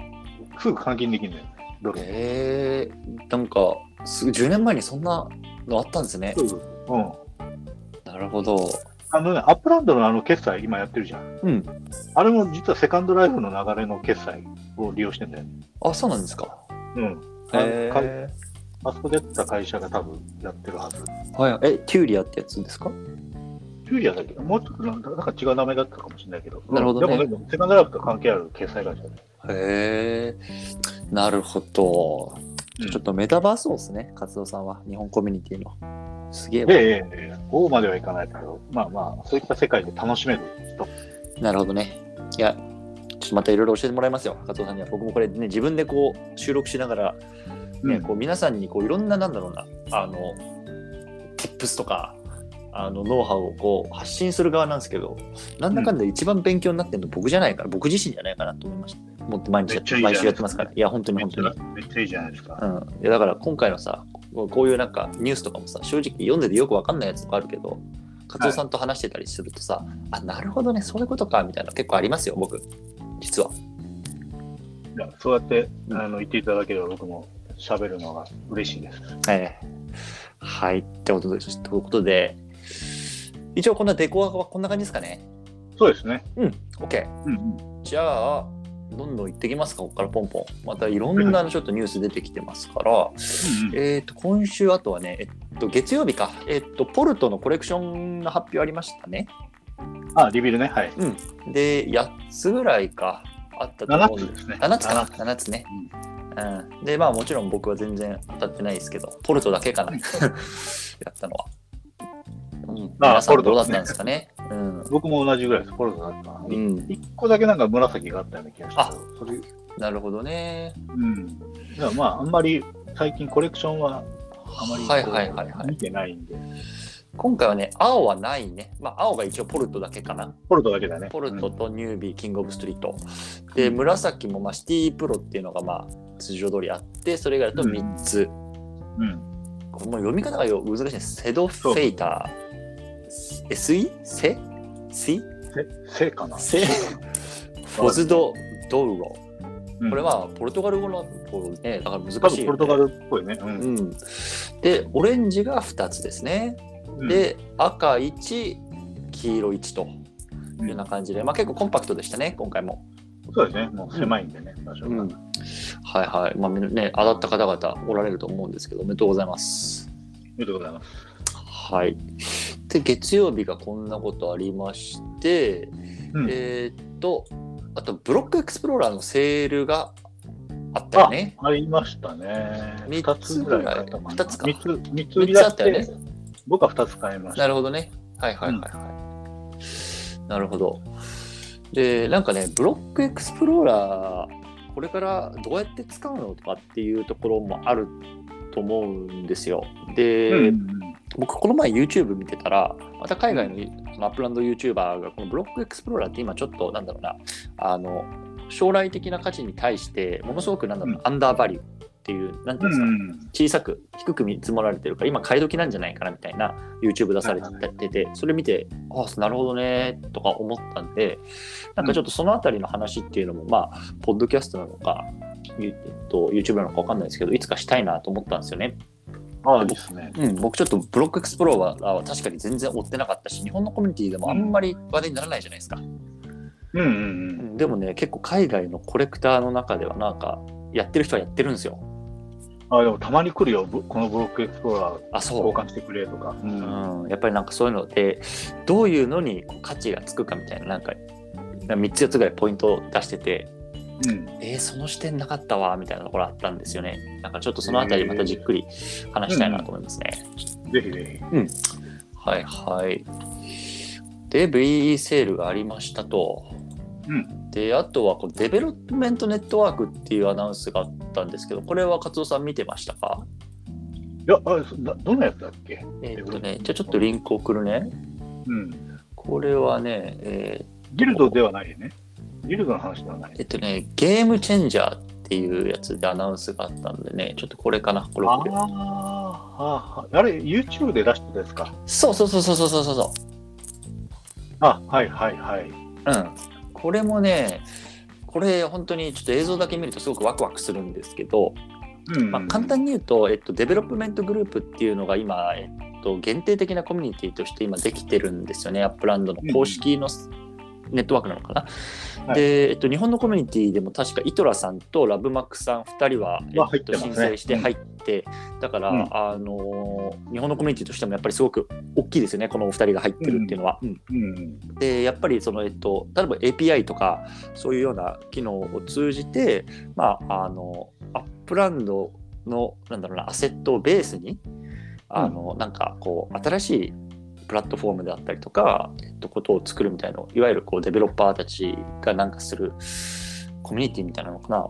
B: すぐ換金できるんだよ、ドル。
A: えー、なんかす10年前にそんなのあったんですね
B: すぐうん。
A: なるほど
B: あのね、アップランドのあの決済今やってるじゃん。
A: うん
B: あれも実はセカンドライフの流れの決済を利用してんだよね。
A: あそうなんですか
B: うん。
A: へ
B: か
A: え
B: あそこでやった会社が多分やってるはず。
A: はい、え、テューリアってやつですか
B: キュリアだけど、もうちょっとなんかなんか違う名前だったかもしれないけど、
A: なるほどね
B: でもね、セカンドライフと関係ある決済会社で。
A: へえ、なるほど。
B: うん
A: ちょっとメタバースをですね、活動さんは、日本コミュニティの。すげえわ。
B: で、ええ王まではいかないけど、まあまあ、そういった世界で楽しめる人。
A: なるほどね。いや、ちょっとまたいろいろ教えてもらいますよ、加藤さんには。僕もこれね、自分でこう、収録しながら、ね、こう皆さんにこういろんななんだろうなあの tips とかあのノウハウをこう発信する側なんですけどなんだかんだ一番勉強になってるの僕じゃないから、僕自身じゃないかなと思いましたもっと毎日やっ
B: めっちゃいいじゃん
A: 毎週やってますからいや本当に
B: めっ
A: 本
B: ち
A: 当
B: ゃ
A: に、
B: めっちゃいいじゃないですか。
A: うん、いやだから今回のさこうこういうなんかニュースとかもさ正直読んでてよくわかんないやつとかあるけど加藤さんと話してたりするとさ、あなるほどねそういうことかみたいな結構ありますよ僕実は。
B: いやそうやって、
A: うん
B: あの言っていただければ僕も喋るのが嬉しいです。
A: ええはい。ってことです。ということで、一応こんなデコアはこんな感じですかね。
B: そうですね。
A: うん、OK。
B: うんうん、
A: じゃあ、どんどん行ってきますか、ここからポンポン。またいろんなちょっとニュース出てきてますから、えっと、今週、あとはね、えっと、月曜日か、えっと、ポルトのコレクションの発表ありましたね。
B: あ、リビルね。はい。
A: で、8つぐらいか、あったと思うんで
B: 7つですね。
A: 7つかな7つね、うん、でまあもちろん僕は全然当たってないですけどポルトだけかな や
B: うん
A: ったのは、うん、
B: まあ
A: 皆さ
B: ポ
A: ん
B: ルト
A: どうだったんですかねうん、
B: 僕も同じぐらいです。ポルトだったな。
A: う
B: 一
A: ん、
B: 個だけなんか紫があったような気がしたけど。それ
A: なるほどね
B: うん。だからまあ、あんまり最近コレクションはあまり
A: はいはいはいは
B: こう見
A: い
B: てないんで、
A: 今回はね青はないねまあ青が一応ポルトだけかな
B: ポルトだけだね。
A: ポルトとニュービー、キングオブストリート
B: う
A: で
B: ん
A: 紫もまあシティプロっていうのがまあ通常通りあってそれ以外だと3つ、
B: うん。うん。
A: これもう読み方がよ難しいですセドフェイター SE? セシ
B: せ、せかな。
A: せオズド・ドウロ。
B: うん
A: これ、はポルトガル語のこうね、だから難しいよ
B: 多分
A: ね。
B: ポルトガルっぽいね。う。
A: うんん。で、オレンジが2つですね。
B: うん、
A: で、赤1、黄色1というような感じで、まあ結構コンパクトでしたね、今回も。
B: そうですね。もう狭いんでね、場所が。
A: はいはい。まあみんなね、当たった方々おられると思うんですけど、おめでとうございます。
B: おめでとうございます。
A: はい。で、月曜日がこんなことありまして、
B: うん。
A: えーっと、あと、ブロックエクスプローラーのセールがあったよね。
B: ありましたね。
A: 三
B: 二
A: つぐらい
B: 買ったな
A: 二つか
B: 三つ、三つ売り出して、
A: 三つあった
B: 僕は二つ買いまし
A: な
B: た。
A: るほどね。はいはいはいはい。なるほど。で、なんかね、ブロックエクスプローラー、これからどうやって使うのとかっていうところもあると思うんですよ。で、
B: うんうん
A: 僕この前 YouTube 見てたらまた海外のそのアップランド YouTuber がこのブロックエクスプローラーって今ちょっとなんだろうなあの将来的な価値に対してものすごくなんだろうな、アンダーバリューっていうなんていううんですか、
B: んうん。
A: 小さく低く見積もられてるから今買い時なんじゃないかなみたいな YouTube 出されててそれ見てああなるほどねとか思ったんでなんかちょっとそのあたりの話っていうのもまあポッドキャストなのか、ゆえっと、YouTube なのかわかんないですけどいつかしたいなと思ったんですよね。
B: ああ、ですね。
A: うん、僕ちょっとブロックエクスプローラーは確かに全然追ってなかったし日本のコミュニティでもあんまり話題にならないじゃないですか、
B: うんうん
A: うんでもね結構海外のコレクターの中ではなんかやってる人はやってるんですよ
B: うん。あでもたまに来るよ、ぶこのブロックエクスプローラー
A: あそう
B: 交換してくれとか。うん。
A: うん、やっぱりなんかそういうのでどういうのにこう価値がつくかみたいななんか3つ4つぐらいポイントを出してて
B: うん。
A: えー、その視点なかったわみたいなところあったんですよねなんかちょっとそのあたりまたじっくり話したいなと思いますね、
B: ぜひぜひ。
A: はいはいで VE セールがありましたと
B: うん。
A: であとはこうデベロップメントネットワークっていうアナウンスがあったんですけどこれは勝尾さん見てましたか
B: いや、あそどどんなやつだっけ
A: えーっとねじゃあちょっとリンク送るね
B: うん。
A: これはねえー
B: ギルドではないよね。ギルドの話ではない
A: え。っとねゲームチェンジャーっていうやつでアナウンスがあったんでねちょっとこれかなこれ
B: ああ
A: これ
B: ああ、あれ、YouTube で出してたやつか。
A: そうそうそうそうそうそうそ
B: あ、はいはいはい。
A: ううんこれもねこれ本当にちょっと映像だけ見るとすごくワクワクするんですけど、
B: うん
A: まあ、簡単に言うと、えっと、デベロップメントグループっていうのが今、えっと、限定的なコミュニティとして今できてるんですよね、アップランドの公式の、ネットワークなのかな、
B: はい
A: で、えっと、日本のコミュニティでも確かイトラさんとラブマックさん2人は、
B: まあ
A: えっと
B: 入って
A: 申
B: ますね
A: 請して入って、だから、
B: うん
A: あのー日本のコミュニティとしてもやっぱりすごく大きいですよねこのお二人が入ってるっていうのは。うん
B: うん。
A: でやっぱりその、えっと、例えば API とかそういうような機能を通じて、まあ、あのアップランドのなんだろうなアセットをベースにあの、なんかこう新しいプラットフォームであったりとか、えっと、ことを作るみたいないわゆるこうデベロッパーたちがなんかするコミュニティみたいなのかな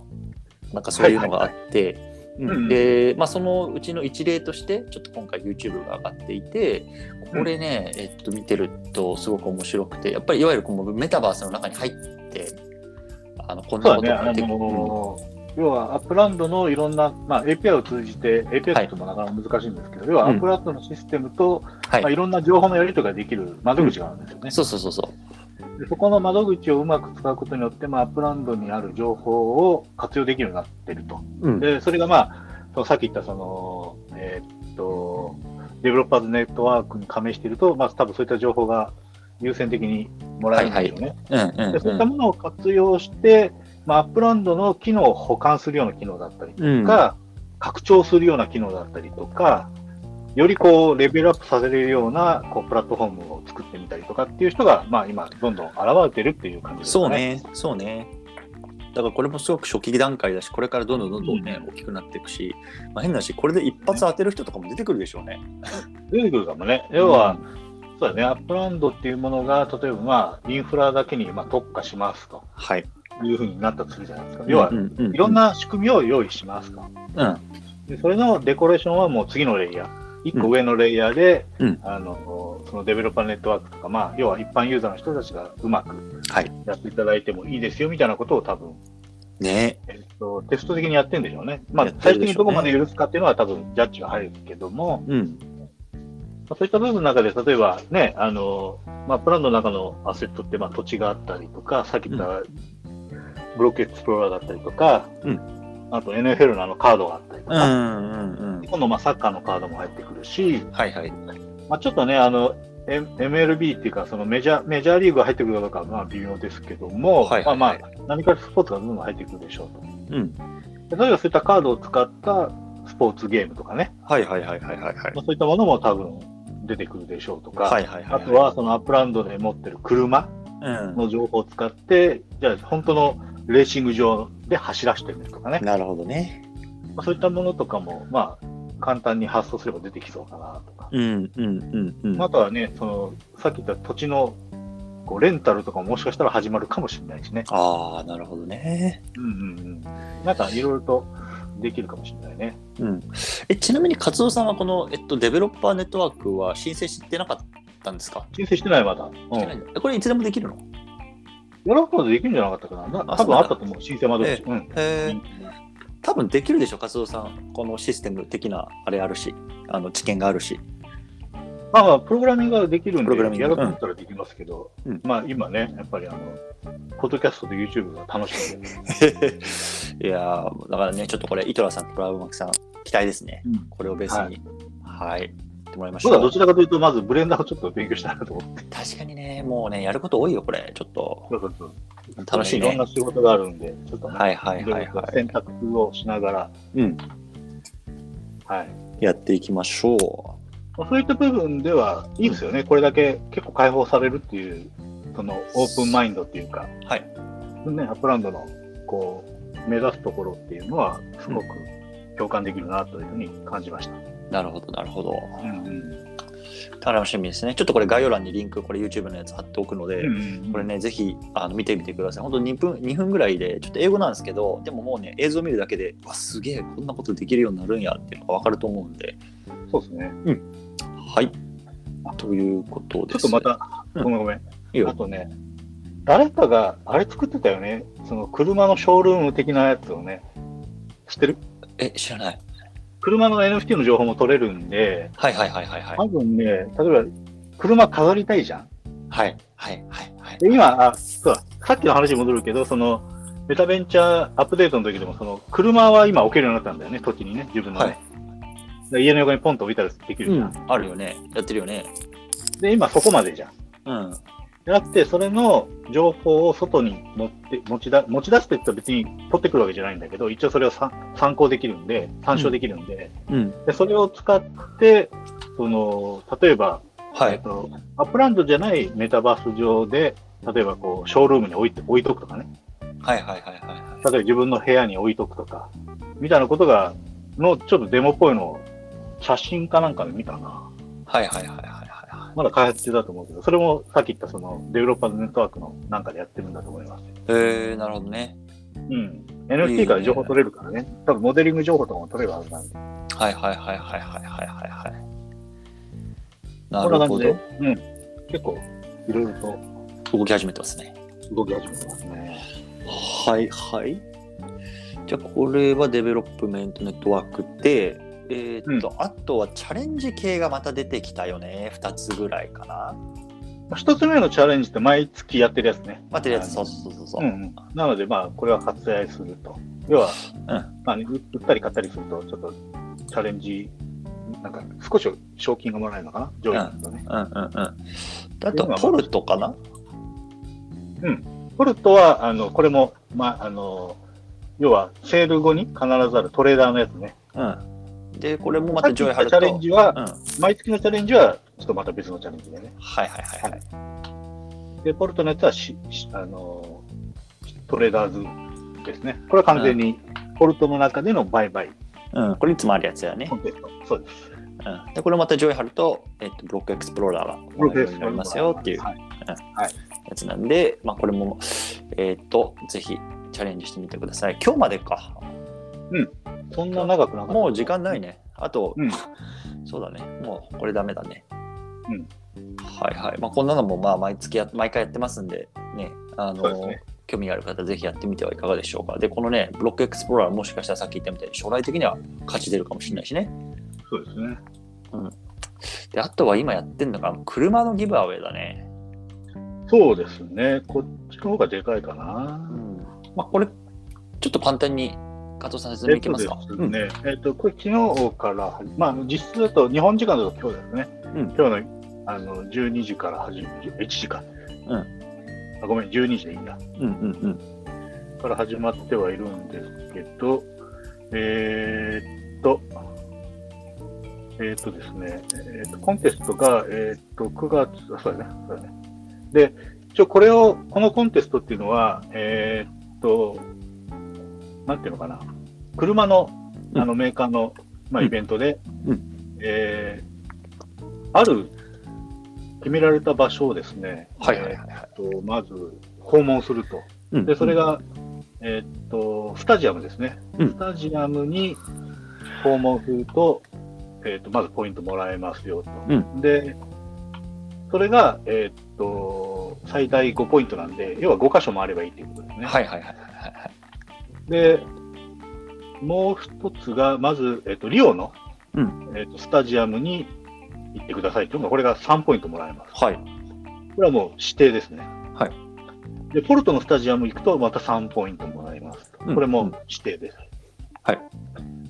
A: なんかそういうのがあって。うん
B: うんうん
A: でまあ、そのうちの一例としてちょっと今回 YouTube が上がっていて、これね、えっと、見てるとすごく面白くてやっぱりいわゆるこのメタバースの中に入ってあのこん
B: そ
A: な
B: う
A: こと
B: だね、あ
A: ができる、
B: の要はアップランドのいろんな、まあ、API を通じて、API って言ってもなかなか難しいんですけど、要はアップランドのシステムと、
A: はい
B: まあ、いろんな情報のやり取りができる窓口があるんですよね。
A: そうそうそうそう
B: でそこの窓口をうまく使うことによって、まあ、アップランドにある情報を活用できるようになってると。
A: うん、
B: でそれが、まあ、そのさっき言ったその、えーっとデベロッパーズネットワークに加盟していると、まあ多分そういった情報が優先的にもらえるんでしょうね。
A: うんうん
B: でそういっ
A: う
B: た
A: ん
B: ものを活用して、まあ、アップランドの機能を補完するような機能だったりと
A: うん
B: か、拡張するような機能だったりとか、よりこうレベルアップさせれるようなこうプラットフォームを作ってみたりとかっていう人が、まあ、今、どんどん現れてるっていう感じです
A: そ
B: か
A: う
B: ね。
A: ねそうねだからこれもすごく初期段階だしこれからどんどんどんどんね、大きくなっていくし、まあ、変な話これで一発当てる人とかも出てくるでしょうね。
B: 出てくるかもね。要は、そうだね、アップランドっていうものが、例えば、まあ、インフラだけにまあ特化しますと
A: はい、
B: いうふうになったとするじゃないですか。要は
A: う、んうんうん
B: いろん、な仕組みを用意しますと。
A: うん
B: でそれのデコレーションはもう次のレイヤー、1個上のレイヤーで、
A: うん
B: あのそのデベロッパーネットワークとか、まあ、要は一般ユーザーの人たちがうまく
A: はい、
B: やっていただいてもいいですよみたいなことを多分、
A: ね
B: えっと、テスト的にやってるんでしょうね。まあ
A: や、って
B: 最
A: る
B: 終
A: で
B: 的
A: しょ
B: に
A: うね
B: どこまで許すかっていうのは多分ジャッジが入るけども、
A: うん
B: まあそういった部分の中で、例えばね、あの、まあ、プランの中のアセットって、まあ、土地があったりとか、さっき言ったブロックエクスプローラーだったりとか、
A: うん
B: あと NFL のあのカードがあったりと
A: う
B: か、
A: んうんうん
B: 今度まあサッカーのカードも入ってくるし、
A: はいはい
B: まあ、ちょっとね、あの、M- MLB っていうか、そのメジャー、メジャーリーグが入ってくるかどうかはまあ微妙ですけども、
A: はいはいはい
B: まあまあ、何かしらスポーツがどんどん入ってくるでしょう
A: うん
B: と。で例えばそういったカードを使ったスポーツゲームとかね、
A: はいはいはいはいはいはい
B: まあ、そういったものも多分出てくるでしょうとか、
A: はいはい
B: あとはそのアップランドで持ってる車
A: うん
B: の情報を使って、じゃあ本当のレーシング場で走らせてみるとかね、
A: なるほどね。
B: まあ、そういったものとかも、まあ、簡単に発想すれば出てきそうかなとか。
A: うんうんうんうん。
B: あとはね、そのさっき言った土地のこうレンタルとかももしかしたら始まるかもしれないしね、
A: ああ、なるほどね。
B: うんうんうん、なんかいろいろとできるかもしれないね。
A: うん、えちなみに、カツオさんはこの、えっと、デベロッパーネットワークは申請してなかったんですか、
B: 申請してない、まだ。うん、
A: してないんだえこれいつでもできるの
B: ヨーロッパでできるんじゃなかったかな、な
A: あ
B: 多分
A: そうなんだ
B: あったと思う、申請窓口。うん
A: えー、多分できるでしょ、カツオさん。このシステム的なあれあるし、あの知見がある し。
B: まあまあ、プログラミングができるん
A: プログラミン
B: で、
A: グ
B: やろうと思ったらできますけど、
A: うん
B: まあ今ね、やっぱりあの、ポッドキャストと YouTube が楽しい んで、
A: いやーだからね、ちょっとこれ、イトラさんとプラウマクさん、期待ですね。
B: うん
A: これをベースに。はい。やってもらいましょ
B: 僕は
A: う
B: どちらかというと、まずブレンダーをちょっと勉強したいなと思って、
A: 確かにね、もうね、やること多いよ、これ。ちょっと楽しい
B: いろ
A: ね
B: ん。な仕事があるんで、ちょっとね、
A: はいはい
B: いろ
A: はいい
B: ろ
A: は
B: と
A: い。
B: 選択をしながら、
A: うん、
B: はい
A: やっていきましょ
B: まあそういった部分ではいいですよね、これだけ結構解放されるっていう、そのオープンマインドっていうか、
A: う。はい。
B: ね、アップランドのこう目指すところっていうのは、すごく共感できるなというふうに感じました。
A: なるほど、なるほど。
B: うんうん
A: 楽しみですね。ちょっとこれ概要欄にリンク、これ YouTube のやつ貼っておくので、
B: うん
A: これね、ぜひあの見てみてください。本当2分 ,2 分ぐらいで、ちょっと英語なんですけど、でももうね、映像見るだけで、うわ、すげえ、こんなことできるようになるんやっていうのが分かると思うんで、
B: そうですね。
A: はい。ということ
B: ちょ
A: で
B: っ
A: す。
B: とまた、
A: うん
B: ごめんごめん。
A: いいよ
B: あとね、誰かがあれ作ってたよね。その車のショールーム的なやつをね、知ってる
A: え、知らない。
B: 車の NFT の情報も取れるんで、
A: はいはいはいはいはい。
B: 多分ね、例えば車飾りたいじゃん。
A: はいはいはいはい。
B: で今、あ、そうだ、さっきの話に戻るけど、その、メタベンチャーアップデートの時でも、その、車は今置けるようになったんだよね、土地にね、自分のね。
A: はい
B: で家の横にポンと置いたらできるじ
A: う
B: ゃん。
A: ん、あるよね。やってるよね。
B: で、今そこまでじゃん。
A: うん。
B: じゃなくて、それの情報を外に持って持ちだ持ち出すって言ったら別に取ってくるわけじゃないんだけど、一応それをさ参考できるんで、参照できるんで、
A: うん。
B: でそれを使って、その例えば、
A: は
B: えっ
A: い。
B: と、アップランドじゃないメタバース上で、例えばこうショールームに置いて置いとくとかね、
A: はいはいはいはい
B: 例えば自分の部屋に置いとくとか、みたいなことが、のちょっとデモっぽいのを写真かなんかで見たな。
A: はい。はいはいはいはいは
B: まだ開発中だと思うけど、それもさっき言ったそのデベロッパーズネットワークのなんかでやってるんだと思います。
A: い。えー、なるほどね。
B: うん。NFT から情報取れるからね。多分モデリング情報とかも取れるはずなんで。
A: はいはいはいはいはいはいはいはい。な
B: こん
A: る
B: な感
A: ほ
B: じで。
A: ど。
B: うん。結構、いろいろと
A: 動き始めてますね。
B: 動き始めてますね。
A: はいはい。じゃあこれはデベロップメントネットワークで、えーっと、あとはチャレンジ系がまた出てきたよね。2つぐらいかな。
B: 一つ目のチャレンジって毎月やってるやつね。
A: まあ、とりあえず、そ
B: あの
A: うそうそうそう。
B: うんうん。なので、まあ、これは割愛すると。要は、
A: ん
B: まあ、売ったり買ったりすると、ちょっとチャレンジ、なんか少し賞金がもらえるのかな上位だとね。
A: うんうんうん。あと、ポルトかな
B: ポルトは、あの、これも、まあ、あの、要は、セール後に必ずあるトレーダーのやつね。
A: うん。で、これもまた上位張
B: さっき言っ
A: ると。
B: チャレンジは、
A: うん。はい
B: 毎月のチャレンジは、ちょっとまた別のチャレンジでね。
A: はいはいはい。
B: で、ポルトのやつはし、しあのートレーダーズですね。これは完全に、ポルトの中での売買
A: うん、これいつもあるやつだよね
B: コ。ンテスト。そうです。
A: うん、で、これまた上位張ると、えっと、ブロックエクスプローラーがこのようになりますよっていう
B: はい。
A: やつなんで、まあ、これも、えっと、ぜひチャレンジしてみてください。今日までか。
B: そんな長くなかった。
A: もう時間ないね。あと、
B: うん
A: そうだね。もうこれダメだね。
B: うん
A: はいはい。まあ、こんなのも、まあ、毎月や、毎回やってますんで、ね。あ
B: そうで
A: の
B: すね。
A: 興味がある方、ぜひやってみてはいかがでしょうか。で、このね、ブロックエクスプローラー、もしかしたらさっき言ったみたいに、将来的には勝ち出るかもしれないしね。
B: そうですね。
A: で、あとは今やってんのが、車のギブアウェイだね。
B: そうですね。こっちの方がでかいかな。
A: まあ、これ、ちょっと簡単に加藤さん説明いきますか。
B: えっとですね、えっと、これ昨日から、まあ、実質だと日本時間だと今日ですね。
A: うん
B: 今日のあの12時から始め、1時か。
A: うん
B: あごめん、12時でいいんだ。
A: うんうんうんうん。
B: から始まってはいるんですけど、えーっと、えーっとですね、えーっとコンテストが、えーっと9月、あそうだね、そうだね。で、一応これを、このコンテストっていうのは、えーっと、なんていうのかな、車の
A: うん
B: あのメーカーの、まあ、
A: うん
B: イベントで、
A: う
B: えーある決められた場所をですね、
A: はいはいはいは
B: えーっとまず訪問すると。
A: い。
B: でそれ、が、えーっとスタジアムですね、
A: うん
B: スタジアムに訪問すると,、えーっとまずポイントもらえますよと、
A: うん
B: でそれが、えーっと最大5ポイントなんで要は5箇所もあればいいということですね、
A: はいはいはいはいはい。
B: でもう一つがまず、えーっとリオの、
A: うん
B: えーっとスタジアムに行ってくださいというのがこれが3ポイントもらえます
A: はい。
B: これはもう指定ですね。。
A: はい
B: で、ポルトのスタジアム行くと、また3ポイントもらえますと。
A: うん
B: これも指定です。
A: はい。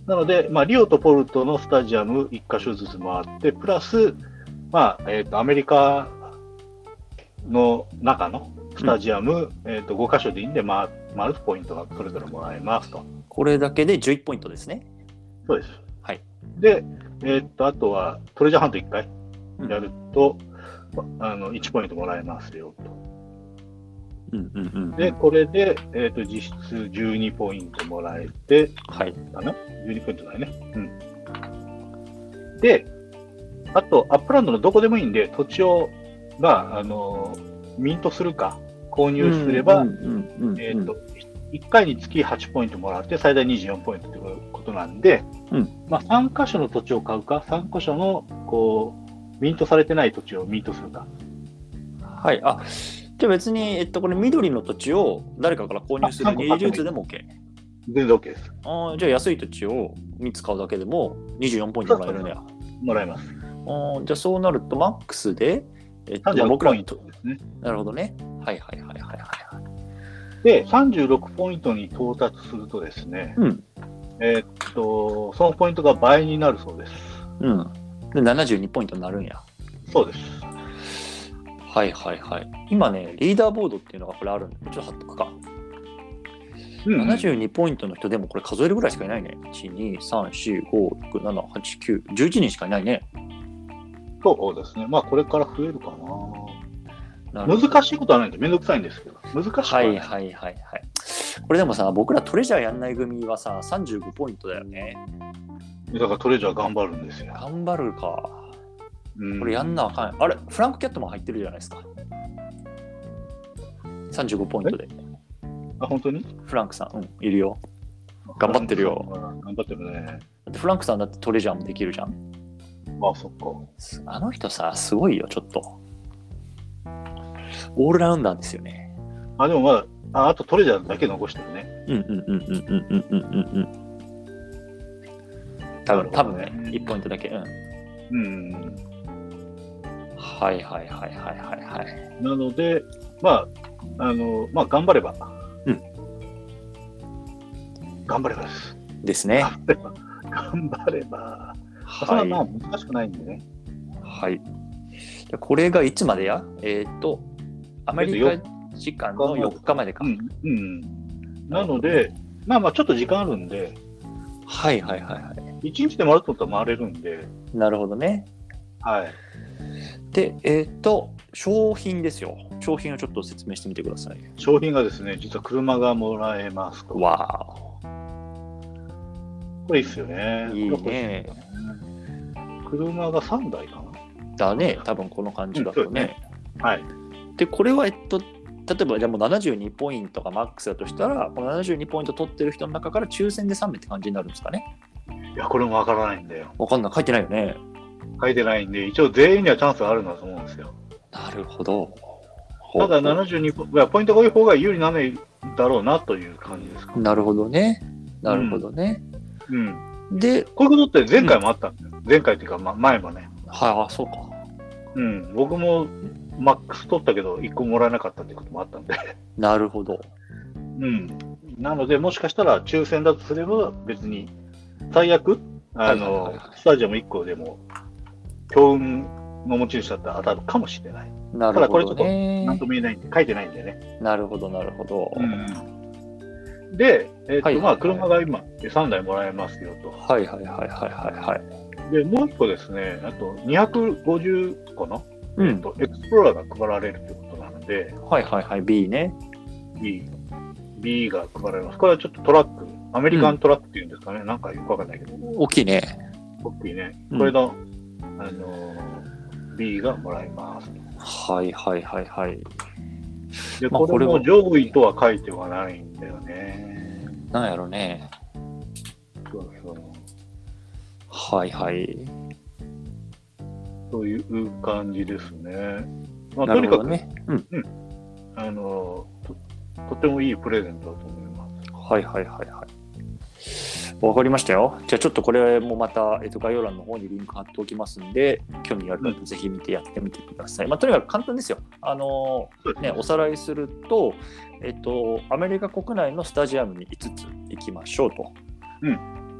B: なので、まあ、リオとポルトのスタジアム1箇所ずつ回って、プラス、まあ、えっ、と、アメリカの中のスタジアム、えっ、と、5箇所でいいんで、回回るポイントがそれぞれもらえますと。
A: これだけで11ポイントですね。
B: そうです。
A: はい。
B: で、えっ、と、あとは、トレジャーハント1回
A: うん
B: やると、あの1ポイントもらえますよと。
A: うんうんうん。
B: で、これで、えー、と実質12ポイントもらえて、
A: はい。
B: かな ?12 ポイントだよね。うん。で、あと、アップランドのどこでもいいんで、土地を、が、あのーミントするか、購入すれば、
A: うんうんうんうん、
B: えっ、と、1回につき8ポイントもらって、最大24ポイントということなんで、
A: うん
B: まあ、3箇所の土地を買うか、3箇所の、こう、ミントされてない土地をミントするか。
A: はい。あ、じゃあ別に、えっと、これ緑の土地を誰かから購入する
B: あ
A: 二流通でも OK。
B: 全然 OK です。
A: あーじゃあ安い土地を3つ買うだけでも24ポイントもらえるね。
B: もらえます。
A: あーじゃあそうなるとマックスで、えっと、
B: 36
A: 僕ら
B: ポイ
A: の
B: ント
A: と
B: ですね。
A: なるほどね。はいはいはいはいはい。
B: で、36ポイントに到達するとですね、
A: うん。
B: えーっと、そのポイントが倍になるそうです。
A: うん。で、72ポイントになるんや。
B: そうです。
A: はいはいはい。今ね、リーダーボードっていうのがこれあるんで、ちょっと貼っとくか。
B: うん
A: 72ポイントの人でもこれ数えるぐらいしかいないね。1、2、3、4、5、6、7、8、9、11人しかいないね。
B: そうですね。まあ、これから増えるか
A: な
B: な。
A: るほど
B: 難しいことはないんで、めんどくさいんですけど。難しくは
A: は
B: ない
A: いはいはいはい。これでもさ、僕らトレジャーやんない組はさ、35ポイントだよね。
B: だからトレジャー頑張るんですよ。
A: 頑張るか。
B: うん
A: これやんなあかん。あれ、フランク・キャットマン入ってるじゃないですか。35ポイントで。
B: あ、本当に
A: フランクさん、うん、いるよ。頑張ってるよ。
B: 頑張ってるね。
A: だってフランクさんだってトレジャーもできるじゃん。
B: まあ、そっか。
A: すあの人さ、すごいよ、ちょっと。オールラウンダーですよね。
B: あ、でもまだ、ああとトレジャーだけ残してるね。
A: うんうんうんうんうんうんうんうん。多分多分ね、1ポイントだけ。うん。
B: うん。
A: はいはいはいはいはいはい。
B: なので、まあ、あの、まあ、頑張れば。
A: うん。
B: 頑張ればです。
A: ですね。
B: 頑張れば。頑張れば。それ
A: は。
B: はいま
A: は
B: あ、難しくないんで
A: い。
B: ね。
A: じゃあこれがいつまでやえーっと、アメリカ時間の4日までか
B: う。ん。うん。なので、まあまあ、ちょっと時間あるんで、
A: はいはいはいは
B: 一日で回ると思ったら回れるんで、
A: い。なるほどね。
B: はい。
A: で、えーっと、商品ですよ。商品をちょっと説明してみてください。
B: 商品がですね、実は車がもらえますと。
A: わーお。
B: これいいっすよね。
A: いいね
B: これ欲しい車が3台か
A: だね、多分この感じだとね。
B: な。はい。
A: で、これは、えっと、例えば、じゃあもう72ポイントがマックスだとしたら、この72ポイント取ってる人の中から抽選で3名って感じになるんですかね。
B: いや、これもわからないんだよ。
A: わかんない、書いてないよね。
B: 書いてないんで、一応全員にはチャンスがあるんだと思うんですよ。
A: なるほど。
B: ただ
A: な
B: 72ポ、いやポイントが多い方が有利なのだろうなという感じですか。
A: るほどね。なるほどね。
B: うん。
A: で、
B: こういうことって前回もあったんだよ。前回っていうか、ま、前もね。
A: はい、あ、そうか。
B: うん。僕もマックス取ったけど、1個もらえなかったってこともあったんで。
A: なるほど。
B: うん。なので、もしかしたら抽選だとすれば、別に、最悪、
A: は
B: あの、
A: いはいはいはい
B: スタジアム1個でも、強運の持ち主だったら当たるかもしれない。
A: なる
B: だこ
A: ほ
B: れちょ
A: ど
B: っと
A: ね
B: なん。とも言えないんで、書いてないんでね。
A: なるほど、なるほど。
B: で、えっと
A: はいはいはい
B: まあ、車が今、3台もらえますよと。
A: はいはいはいはいはいはい。
B: で、もう1個ですね、あと250個の、
A: う
B: えっ
A: ん。
B: とエクスプローラーが配られるということなので、
A: はいはいはい、B ね。
B: B、B が配られます。これはちょっとトラック、アメリカントラックっていうんですかね、なんかよくわかんないけど、
A: 大きいね。
B: 大きいね。
A: うん
B: これの、あのー B がもらえます。
A: はいはいはいはい。
B: で、
A: まあ
B: これ
A: これ
B: も
A: も
B: 上位とは書いてはないんだよね。
A: なんやろね。
B: そうそう
A: はいはい。
B: という感じですね。まあ、
A: な
B: と
A: る
B: に
A: ほど
B: かく、
A: ね。うん。
B: あのととてもいいプレゼントだと思います。
A: はいはいはいはい。わかりましたよ。じゃあちょっとこれもまた、えっと、概要欄の方にリンク貼っておきますんで、興味がある方ぜひ見てやってみてください。まあ、とにかく簡単ですよ。あのーね、おさらいすると、えっと、アメリカ国内のスタジアムに5つ行きましょうと、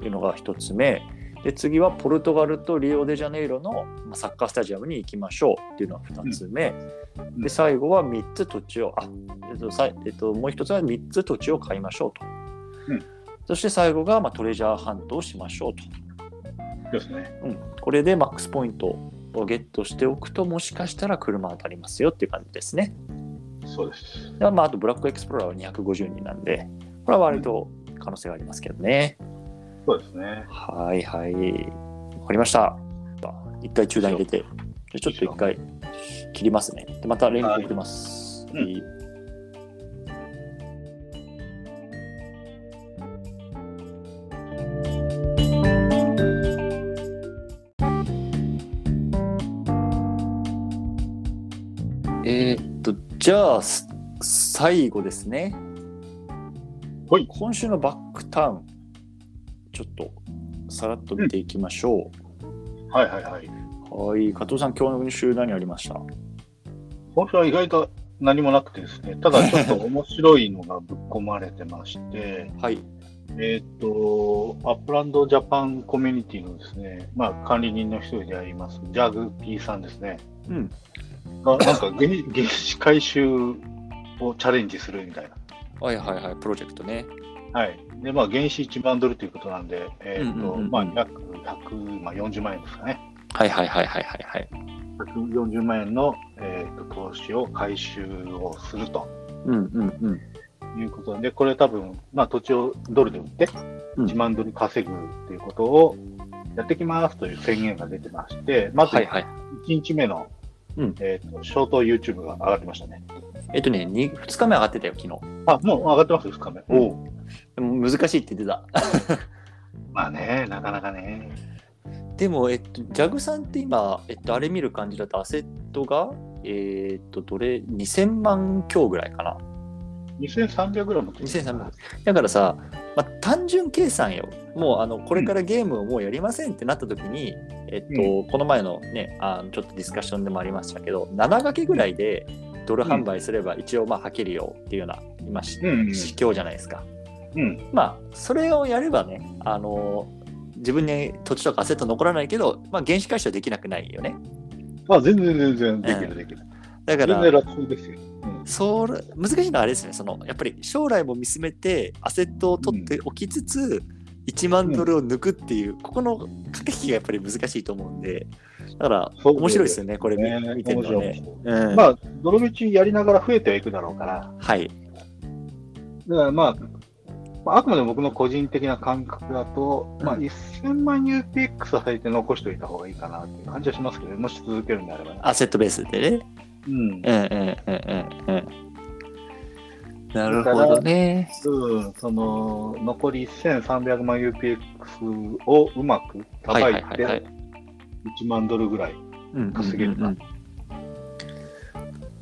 B: う
A: いうのが1つ目。で次はポルトガルとリオデジャネイロのまあサッカースタジアムに行きましょうっていうのが2つ目、
B: ん
A: で最後は3つ土地をあ、えっとさいえっと、もう1つは3つ土地を買いましょうとそして最後が、まあ、トレジャーハントをしましょうと。
B: ですね。
A: うん、これでマックスポイントをゲットしておくと、もしかしたら車当たりますよっていう感じですね。
B: そうです。
A: でまあ、あと、ブラックエクスプローラーは250人なんで、これは割と可能性がありますけどね。
B: そうですね。
A: はいはい。わかりました。一回中断入れて、ちょっと一回切りますね。でまた連絡入れます。
B: はいうん
A: いいえーっと、じゃあ、す最後ですね。
B: はい
A: 今週のバックタウン、ちょっとさらっと見ていきましょ
B: はいはいはい。
A: う。はい、加藤さん、今日の週何ありました
B: 今週は意外と何もなくてですね、ただちょっと面白いのがぶっ込まれてまして、
A: はい。
B: えっと、アップランドジャパンコミュニティのですね、まあ管理人の一人であります、ジャグピーさんですね。
A: うん。
B: まあ、なん か原原始回収をチャレンジするみたいな。
A: はいはいはい、プロジェクトね。
B: はい。で、まあ、原資1万ドルということなんで、えっ、と、
A: うんうんうん
B: まあ、約100、まあ、40万円ですかね。
A: はいはいはいはいはいはい。
B: 140万円の、えー、と投資を回収をすると
A: うんうんうん。
B: いうことで、これ多分、まあ、土地をドルで売って、
A: うん
B: 1万ドル稼ぐということをやってきますという宣言が出てまして、まず
A: はい
B: 1
A: はい。
B: 日目の、
A: うん
B: えー、とショート YouTube が上がってましたね。
A: えっとね、2, 二日目上がってたよ、昨日。
B: あ、もう上がってます、2日目。
A: うん
B: おう
A: でも難しいって言ってた。
B: まあね、なかなかね。
A: でも、えっと、ジャグさんって今、えっと、あれ見る感じだと、アセットが、えーっと、どれ、2000万強ぐらいかな。
B: 2300グラム
A: 2300だからさ、まあ、単純計算よ。もうあのこれからゲームをもうやりませんってなった時に、えっとこの前のねあのちょっとディスカッションでもありましたけど7掛けぐらいでドル販売すれば一応まあはけるよっていうような今し
B: うんうんうん
A: 指標じゃないですか。
B: うん。
A: まあそれをやればねあの自分に土地とかアセット残らないけど、まあ、原資回収はできなくないよね。
B: まあ、全然全然できる、できる。
A: だか
B: 全然
A: ら
B: 楽勝ですよ。うん
A: そう難しいのはあれですねそのやっぱり将来も見つめてアセットを取っておきつつ、1万ドルを抜くっていう、ここの駆け引きがやっぱり難しいと思うんでだから
B: そう
A: 面白いですよねこれ見,、
B: ね
A: 見てるの
B: 面
A: ね
B: 白い。
A: うん
B: まあ、泥道やりながら増えてはいくだろうから、
A: はい
B: だからまあ、まあ、あくまでも僕の個人的な感覚だと、まあ、
A: うん
B: 1000万 UPX は最低残しておいた方がいいかなっていう感じはしますけどね、もし続けるんであればね。
A: アセットベースでね。
B: うん。
A: うんうんうんうんうん。なるほどね。
B: うん、その残り1300万 UPX をうまくさ
A: はい
B: ば
A: はいい
B: て
A: はいはい。
B: 1万ドルぐらい稼げるな
A: うんうんうん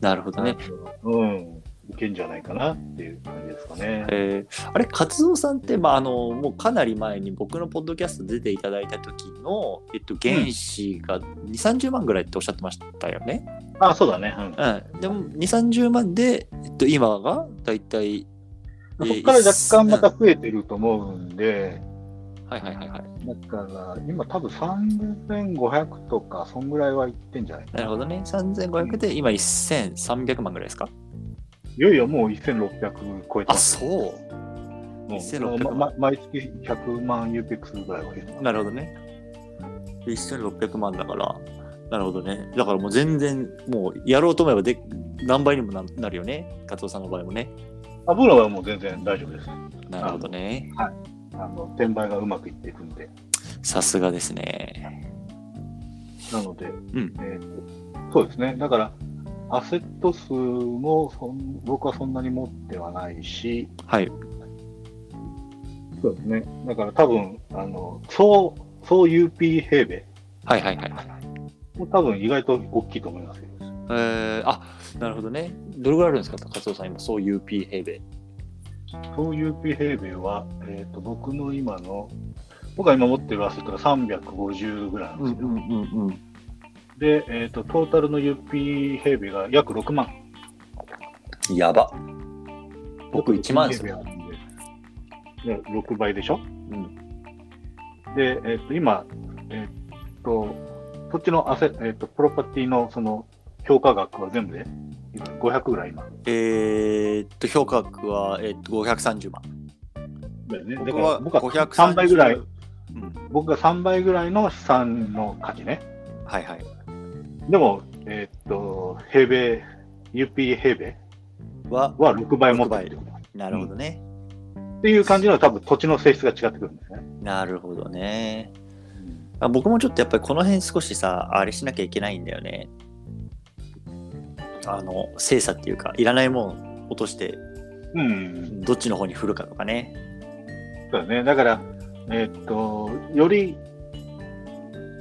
A: なるほどね。
B: うん、いけんじゃないかなっていう感じですかね。
A: えーあれ勝蔵さんって、まあ、あのもうかなり前に僕のポッドキャスト出ていただいた時の、えっと、原資が2 3 0万ぐらいっておっしゃってましたよね。
B: あ、そうだね。うん。
A: うん、でも2 3 0万で、えっと、今がだいたい
B: そこから若干また増えてると思うんで、
A: はいはいはいはい。
B: だから今多分3500とか、そんぐらいはいってんじゃないか
A: なるほどね。3500で今1300万ぐらいですか。
B: いよいよもう1600超えて
A: あ
B: ます。
A: そう。
B: もう
A: 1600
B: まま毎月100万 UPX ぐらいは減ってます
A: なるほどね。1600万だから。なるほどね。だからもう全然もうやろうと思えばで何倍にもななるよね。勝蔵さんの場合もね。
B: あ、僕らはもう全然大丈夫です。
A: なるほどね。
B: あの転売がうまくいっていくんで。
A: さすがですね。
B: なので、
A: ん
B: えーとそうですね。だから、アセット数もそん僕はそんなに持ってはないし、
A: はい。
B: そうですね。だから多分、あの、総、総 UP 平米
A: はいはいはいはい。
B: も多分意外と大きいと思いますよ。
A: えー、あなるほどね。どれぐらいあるんですか、カツオさん、今、そう UP 平米。
B: 総 UP 平米は、えーと、僕の今の、僕が今持ってるアセットが350ぐらいなんですよ。
A: んうん。
B: で、えーと、トータルの UP 平米が約6万。
A: やば。僕1万です
B: 平
A: よ。
B: 米あるんで。で6倍でしょ
A: うん。
B: で、えっ、と、今、えっ、と、そっちのアセ、えっ、と、プロパティのその評価額は全部で500ぐらい今。
A: えー、っと、評価額は、えーっと530万。
B: だよね。だ
A: 僕
B: から
A: は
B: 僕は
A: 530
B: 3倍ぐらい、
A: うん。
B: 僕が3倍ぐらいの資産の価値ね。
A: はいはい。
B: でも、えっ、と、平米、UP 平米
A: は、
B: は6倍持ってるってこと
A: なるほどね。
B: っていう感じの多分土地の性質が違ってくるんですね。
A: なるほどね。あ僕もちょっとやっぱりこの辺少しさ、あれしなきゃいけないんだよね。あの、精査っていうか、いらないもん落として、
B: うん。
A: どっちの方に振るかとかね。
B: そうだね。だから、えっと、より、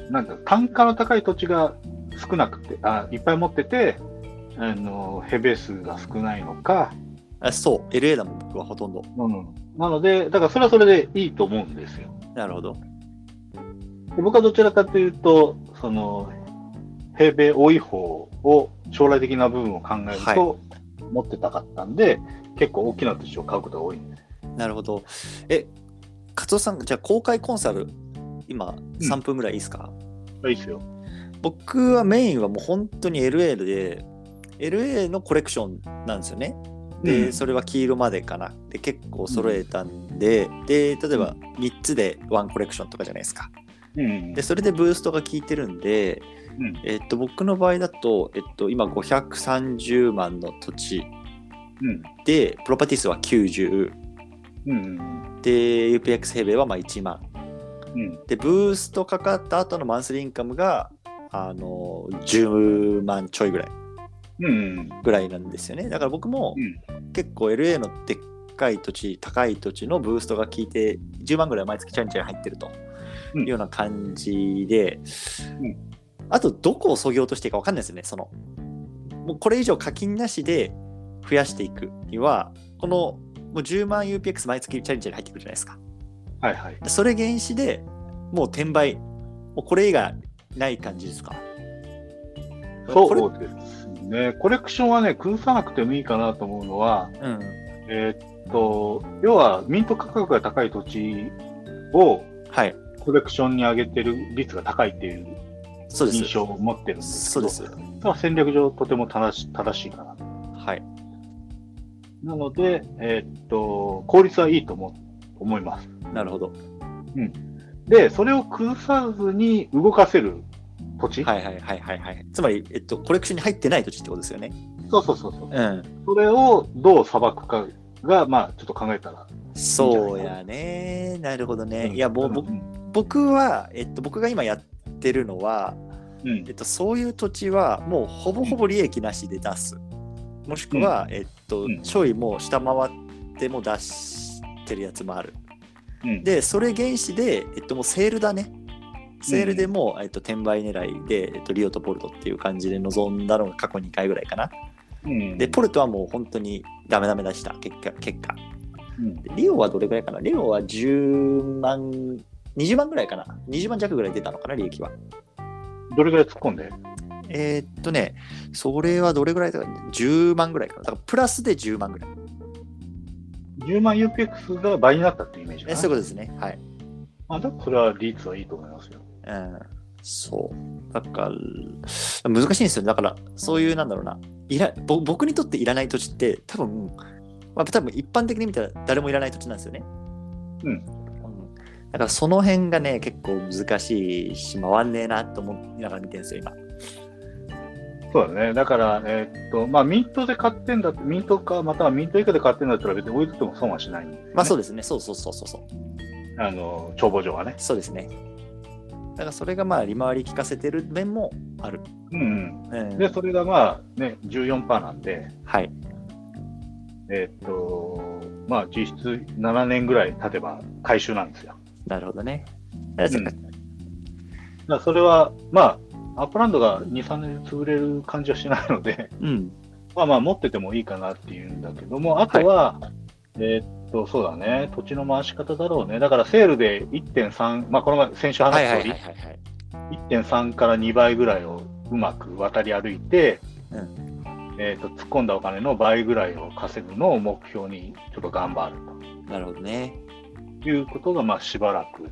B: なんか、単価の高い土地が少なくて、あ、いっぱい持ってて、あの、ヘベ数が少ないのか、
A: あそう、LA だもん、僕はほとんど。
B: うん。なので、だからそれはそれでいいと思うんですよ。
A: なるほど。
B: で僕はどちらかというと、その、平米多い方を将来的な部分を考える
A: は
B: と、持ってたかったんで、結構大きな土地を買うことが多いんです。
A: なるほど。え、カツオさん、じゃあ公開コンサル、今、
B: ん
A: 3分ぐらいいいですか、
B: いいですよ。
A: 僕はメインはもう本当に LA で LA のコレクションなんですよね。で、
B: うん
A: それは黄色までかなで結構揃えたんで、で例えば3つでワンコレクションとかじゃないですか
B: うん
A: でそれでブーストが効いてるんで、
B: うん
A: えっと、僕の場合だと、えっと、今530万の土地
B: うん
A: でプロパティ数は90
B: うん
A: で UPX 平米はまあ1万
B: うん
A: でブーストかかった後のマンスリーインカムがあの10万ちょいぐらい
B: うん
A: ぐらいなんですよねだから僕も結構 LA のでっかい土地高い土地のブーストが効いて10万ぐらい毎月ちゃんちゃん入ってると
B: うん
A: いうような感じで、
B: うん
A: あとどこをそぎ落としていいか分かんないですよねそのもうこれ以上課金なしで増やしていくにはこのもう10万 UPX 毎月チャレンジャーに入ってくるじゃないですか
B: はいはい
A: それ原資でもう転売もうこれ以外ない感じですかこれ
B: そうですねコレクションはね崩さなくてもいいかなと思うのは
A: うん
B: えーっと要はミント価格が高い土地を
A: はい
B: コレクションに上げてる率が高いっていう
A: そうです
B: 印象を持ってるんです
A: そ
B: け
A: う
B: ど
A: です
B: それは戦略上とても正し正しいかな
A: はい
B: なので、えーっと効率はいいと思う思います
A: なるほど
B: で、それを崩さずに動かせる土地、
A: はいはいはいはいはい。つまり、えっと、コレクションに入ってない土地ってことですよね。
B: そうそうそうそう。
A: うん。
B: それをどう裁くかが、まあ、ちょっと考えたら。
A: そうやね。なるほどね。いや、もうぼ
B: うん。
A: 僕は、えっと、僕が今やってるのは、
B: うん
A: えっと、そういう土地はもうほぼほぼ利益なしで出す。もしくは、えっと
B: うん、
A: ちょいもう下回っても出してるやつもある。
B: うん、
A: で、それ原資で、えっと、もうセールだね。セールでもう、えっと、転売狙いで、えっと、リオとポルトっていう感じで臨んだのが過去2回ぐらいかな。
B: うん、
A: で、ポルトはもう本当にダメダメ出した、結果。結果
B: うん、
A: でリオはどれぐらいかなリオは10万、20万ぐらいかな ?20 万弱ぐらい出たのかな、利益は。
B: どれぐらい突っ込んで
A: えーっとね、それはどれぐらいだか、10万ぐらいかな。だからプラスで10万ぐらい。
B: ?10 万 UPX が倍になったっていうイメージか
A: え
B: な。
A: そういうことですね。はい。
B: まあ、だからそれは率はいいと思いますよ。
A: うん。そう。だから、難しいんですよね。だから、そういう、なんだろうな。いらぼ僕にとっていらない土地って、多分、まあ、多分一般的に見たら誰もいらない土地なんですよね。う
B: うん
A: んだからその辺がね、結構難しいし、回んねえなと思いながら見てるんですよ、今。
B: そうだね。だから、えーっと、まあ、ミントで買ってんだミントか、またはミント以下で買ってんだったら別に置いてても損はしないんで、
A: まあそう
B: う。
A: ですね、そうそうそうそうそう。
B: あの、帳簿上はね。
A: そうですね。だからそれがまあ利回り効かせてる面もある。
B: うん、
A: う
B: うんん。で、それがまあ、ね、14%なんで、
A: はい。
B: えーっと、まあ、実質7年ぐらい経てば回収なんですよ。
A: なるほどね。だから
B: だからそれは、まあ、アップランドが2、3年で潰れる感じはしないので、
A: うん。
B: まあまあ、持っててもいいかなっていうんだけども、あとは、えーっと、そうだね、土地の回し方だろうね。だから、セールで1.3、まあ、この前、先週
A: はい
B: 話
A: は
B: し
A: い
B: た
A: は
B: 通
A: い
B: り、
A: はいはい。
B: 1.3から2倍ぐらいをうまく渡り歩いて、
A: う
B: えーっと、突っ込んだお金の倍ぐらいを稼ぐのを目標に、ちょっと頑張ると。
A: なるほどね。
B: いうことが、まあ、しばらく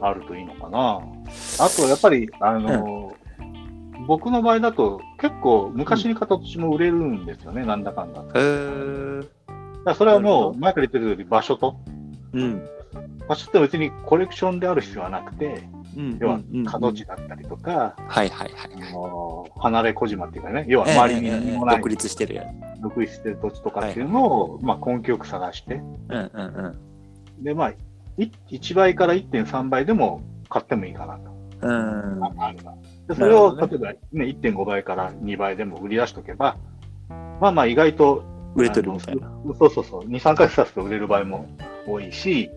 B: あるといいのかな。あと、やっぱり、あの、僕の場合だと、結構、昔に買った土地も売れるんですよね、なんだかんだ。だか
A: へー
B: らそれはも
A: なるほ
B: う、
A: ど
B: 前から言ってるより場所と、
A: うん。
B: 場所って別にコレクションである必要はなくて、
A: うん。
B: 要は
A: うんうん、
B: 角地だったりとか、
A: はいはいはい
B: あ
A: はい。
B: の離れ小島っていうかね、要は
A: ええ
B: 周りに
A: ええ
B: 何
A: ええ
B: もない
A: 独立してるやん。
B: 独立してる土地とかっていうのを、まあ、根気よく探して、
A: うんうんうん
B: で、まあ、い1倍から1.3倍でも買ってもいいかなと。
A: うん。
B: あるなでそれを、
A: なる
B: 例えば、ね、1.5倍から2倍でも売り出しとけば、まあまあ意外と、
A: 売れてるみたいな。
B: あのそうそうそう、2、3ヶ月経つと売れる場合も多いし、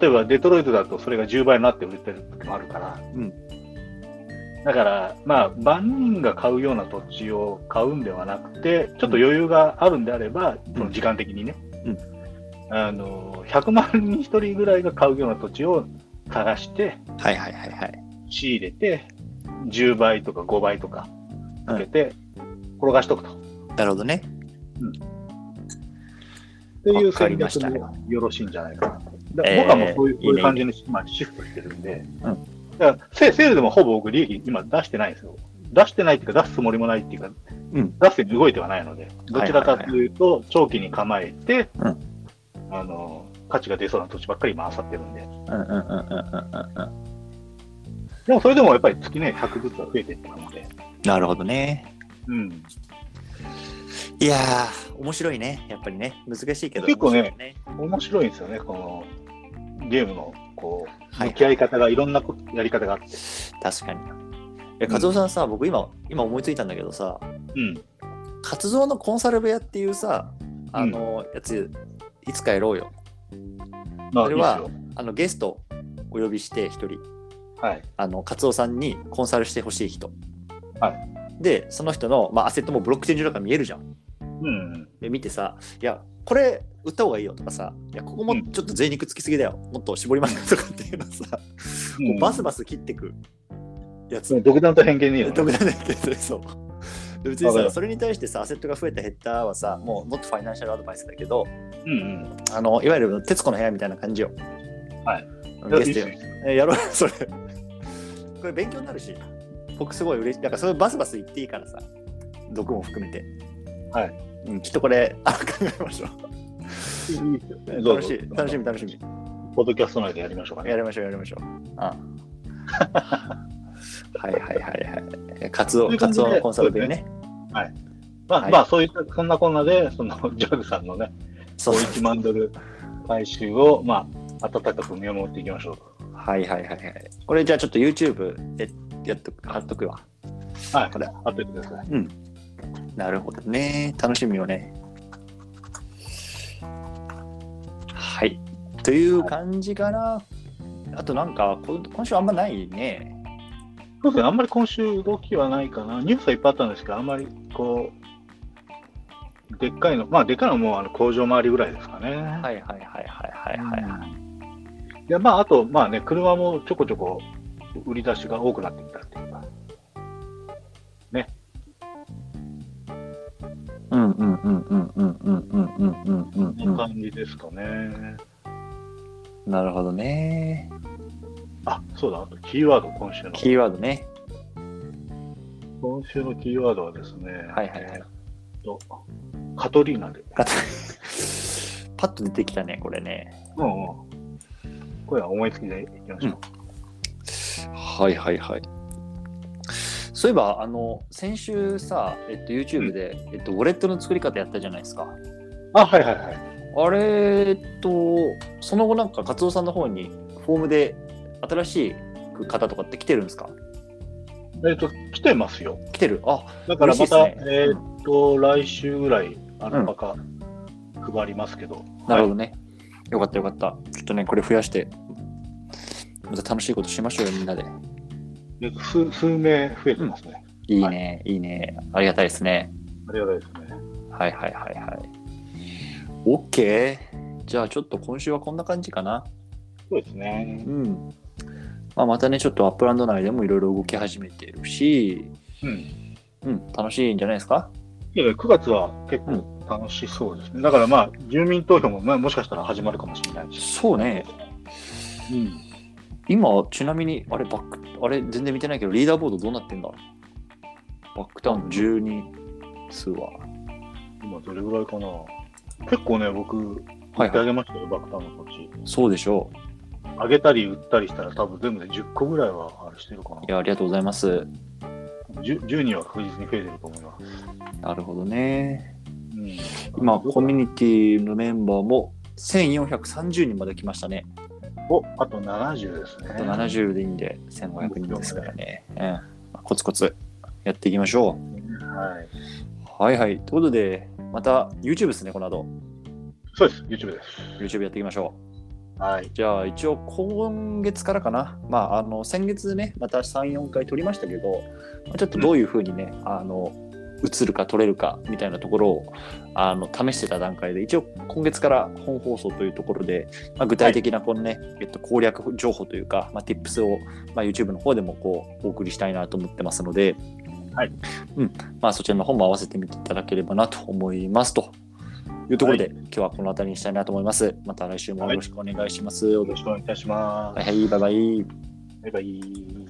B: 例えばデトロイトだとそれが10倍になって売れてる時もあるから、
A: うん
B: だから、まあ、万人が買うような土地を買うんではなくて、ちょっと余裕があるんであれば、
A: ん
B: その時間的にね、
A: うん
B: あの、100万人に1人ぐらいが買うような土地を探して、
A: はいはいはいはい。
B: 仕入れて、10倍とか5倍とかかけて、転がしとくと。
A: なるほどね。
B: っていう
A: わかりま
B: 戦略
A: した
B: もよろしいんじゃないかなと。だ
A: えー
B: 僕はもうそういう,、
A: いいね
B: 感じに、まあ、シフトしてるんで、
A: うん
B: だからセセールでもほぼ僕利益今出してないんですよ。出してないっていうか出すつもりもないっていうか、
A: うん
B: 出すように動いてはないので、どちらかというと長期に構えて、
A: うん
B: あの、価値が出そうな土地ばっかり今漁ってるんで。
A: うんうんうんうんうんうん
B: でもそれでもやっぱり月ね、100ずつは増えていったので。
A: なるほどね。
B: うん。
A: いやー、面白いね。やっぱりね。難しいけど。
B: 結構ね
A: 面白いね。
B: 面白いんですよね、このゲームの、こう、
A: はい
B: 向き合い方がいろんなこやり方があって。
A: 確かに。え、カツオさんさ、僕今、今思いついたんだけどさ、
B: うん。
A: カツオのコンサル部屋っていうさ、あの、やつ、いつかやろうよ。
B: まあ、
A: そ
B: い
A: れ
B: いです
A: は
B: よ。
A: あの、ゲストお呼びして、一人。
B: はい。
A: あの、カツオさんにコンサルしてほしい人。
B: は
A: で、その人の、まあ、アセットもブロックチェーン上だから見えるじゃん。
B: うん。
A: で、見てさ、いや、これ売った方がいいよとかさ、いや、ここも
B: うん
A: ちょっと贅肉つきすぎだよ。もっと絞りますとかっていうのさ、こうバスバス切ってくやつ。
B: 独断と偏見にいいよね。
A: 得なんだけど、そう。で別に
B: わか
A: さ、
B: る
A: それに対してさ、アセットが増えた減ったはさ、もうもっとファイナンシャルアドバイスだけど、
B: うんうん。
A: あの、いわゆる徹子の部屋みたいな感じよ。
B: はい。
A: ゲスト
B: い
A: よ
B: やいいっすよ
A: えやろうよ それこれ勉強になるし僕すごい嬉しいだからそれバスバス言っていいからさ毒も含めて、
B: はい
A: うん、きっとこれあ考えましょ
B: いいっすよ
A: う
B: どう
A: 楽
B: ぞ
A: しい楽しみ楽しみ
B: ポッドキャスト内でやりましょうかね。
A: やりましょうやりましょうあ はいはいはいはいカツオ
B: という
A: カ
B: 感
A: ツ
B: じで
A: オのコンサルでね
B: まあ、
A: はい
B: まあ、そういった、そんなこんなで、その、 ジョグさんのね、
A: そう
B: 1万ドル回収を、まあ、温かく見守っていきましょうと。
A: はいはいはいはいこれじゃあちょっと YouTube でやっとく貼っとくわ
B: はい。
A: これ
B: あっててください。
A: なるほどね。楽しみよね。はい。という感じかな。あとなんか、こ今週あんまないね。
B: そうですね、あんまり今週動きはないかな。ニュースはいっぱいあったんですけど、あんまり、こう、でっかいの、まあ、でっかいのはもう、あの、工場周りぐらいですかね。
A: はいはいはいはいはいはい。
B: い。で、まあ、あと、まあね、車もちょこちょこ売り出しが多くなってきたっていうか、
A: うんうんうんうんうんうんうんうんうん
B: そんな感じですかね。
A: ん。なるほどね。
B: あ、そうだ、あとキーワード、今週の。
A: キーワードね。
B: 今週のキーワードはですね、
A: はいはいはい
B: えーっと、カトリーナで。
A: パッと出てきたね、これね。
B: うんうん。これは思いつきでいきましょう。
A: はいはいはい。そういえば、あの、先週さ、えっと、YouTube で、えっと、ウォレットの作り方やったじゃないですか。
B: あ、はいはいはい。
A: あれえっと、その後なんか、カツオさんの方に、フォームで新しい方とかって来てるんですか
B: えーっと、来てますよ。
A: 来てるあ、
B: だからまた、
A: 嬉しいですね
B: えーっと、来週ぐらい、あ
A: う
B: の、
A: ん
B: バカ、配りますけど。
A: なるほどね。よかったよかった。ちょっとね、これ増やして、また楽しいことしましょうよ、みんなで。
B: はいえーっと数数名増えてますね。
A: いいね、い、いね。ありがたいですね。
B: ありがたいですね。
A: はいはいはいはい。OK。じゃあちょっと今週はこんな感じかな。
B: そうですね
A: う。ん。まあ、またね、ちょっとアップランド内でもいろいろ動き始めてるし、
B: うん。
A: うん、楽しいんじゃないですか
B: いや9月は結構楽しそうですね。だからまあ、住民投票も、まあ、もしかしたら始まるかもしれないし。
A: そうね。
B: うん。
A: 今ちなみにあれバックあれ全然見てないけどリーダーボードどうなってんだバックタウン12数は
B: 今どれぐらいかな結構ね、僕、
A: は
B: 買
A: い
B: って
A: は
B: あ
A: い
B: げましたよ、バックタウンの土地。
A: そうでしょ
B: あげたり売ったりしたら多分全部で10個ぐらいはあれしてるか
A: ういやありがとうございます
B: な。10, 10人は確実に増えてると思います。
A: なるほどね
B: うん、
A: 今コミ
B: ュ
A: ュニティのメンバーも1430人まで来ましたね
B: お、あと70ですね。
A: あと70人で1500人ですからね、うん、コツコツやっていきましょ
B: はい。
A: うはいはいということでまた YouTube ですねこの後
B: そうです、YouTube です。
A: YouTube やっていきましょう
B: はい。
A: じゃあ一応今月からかな、まあ、あの先月ねまた34回撮りましたけどまあちょっとどういうふうにね、あの映るか撮れるかみたいなところをあの試してた段階で一応今月から本放送というところで、まあ、具体的なこの、ねえっと、攻略情報というか、まあ、tips を、まあ、YouTube の方でもこうお送りしたいなと思ってますので、
B: はい
A: うんまあ、そちらの方も合わせてみていただければなと思いますと。いうところで、
B: は
A: 今日はこの辺りにしたいなと思います。また来週もよろしくお願いします。
B: よろしくお願いいたします。
A: はい、バイバイ。
B: ればいい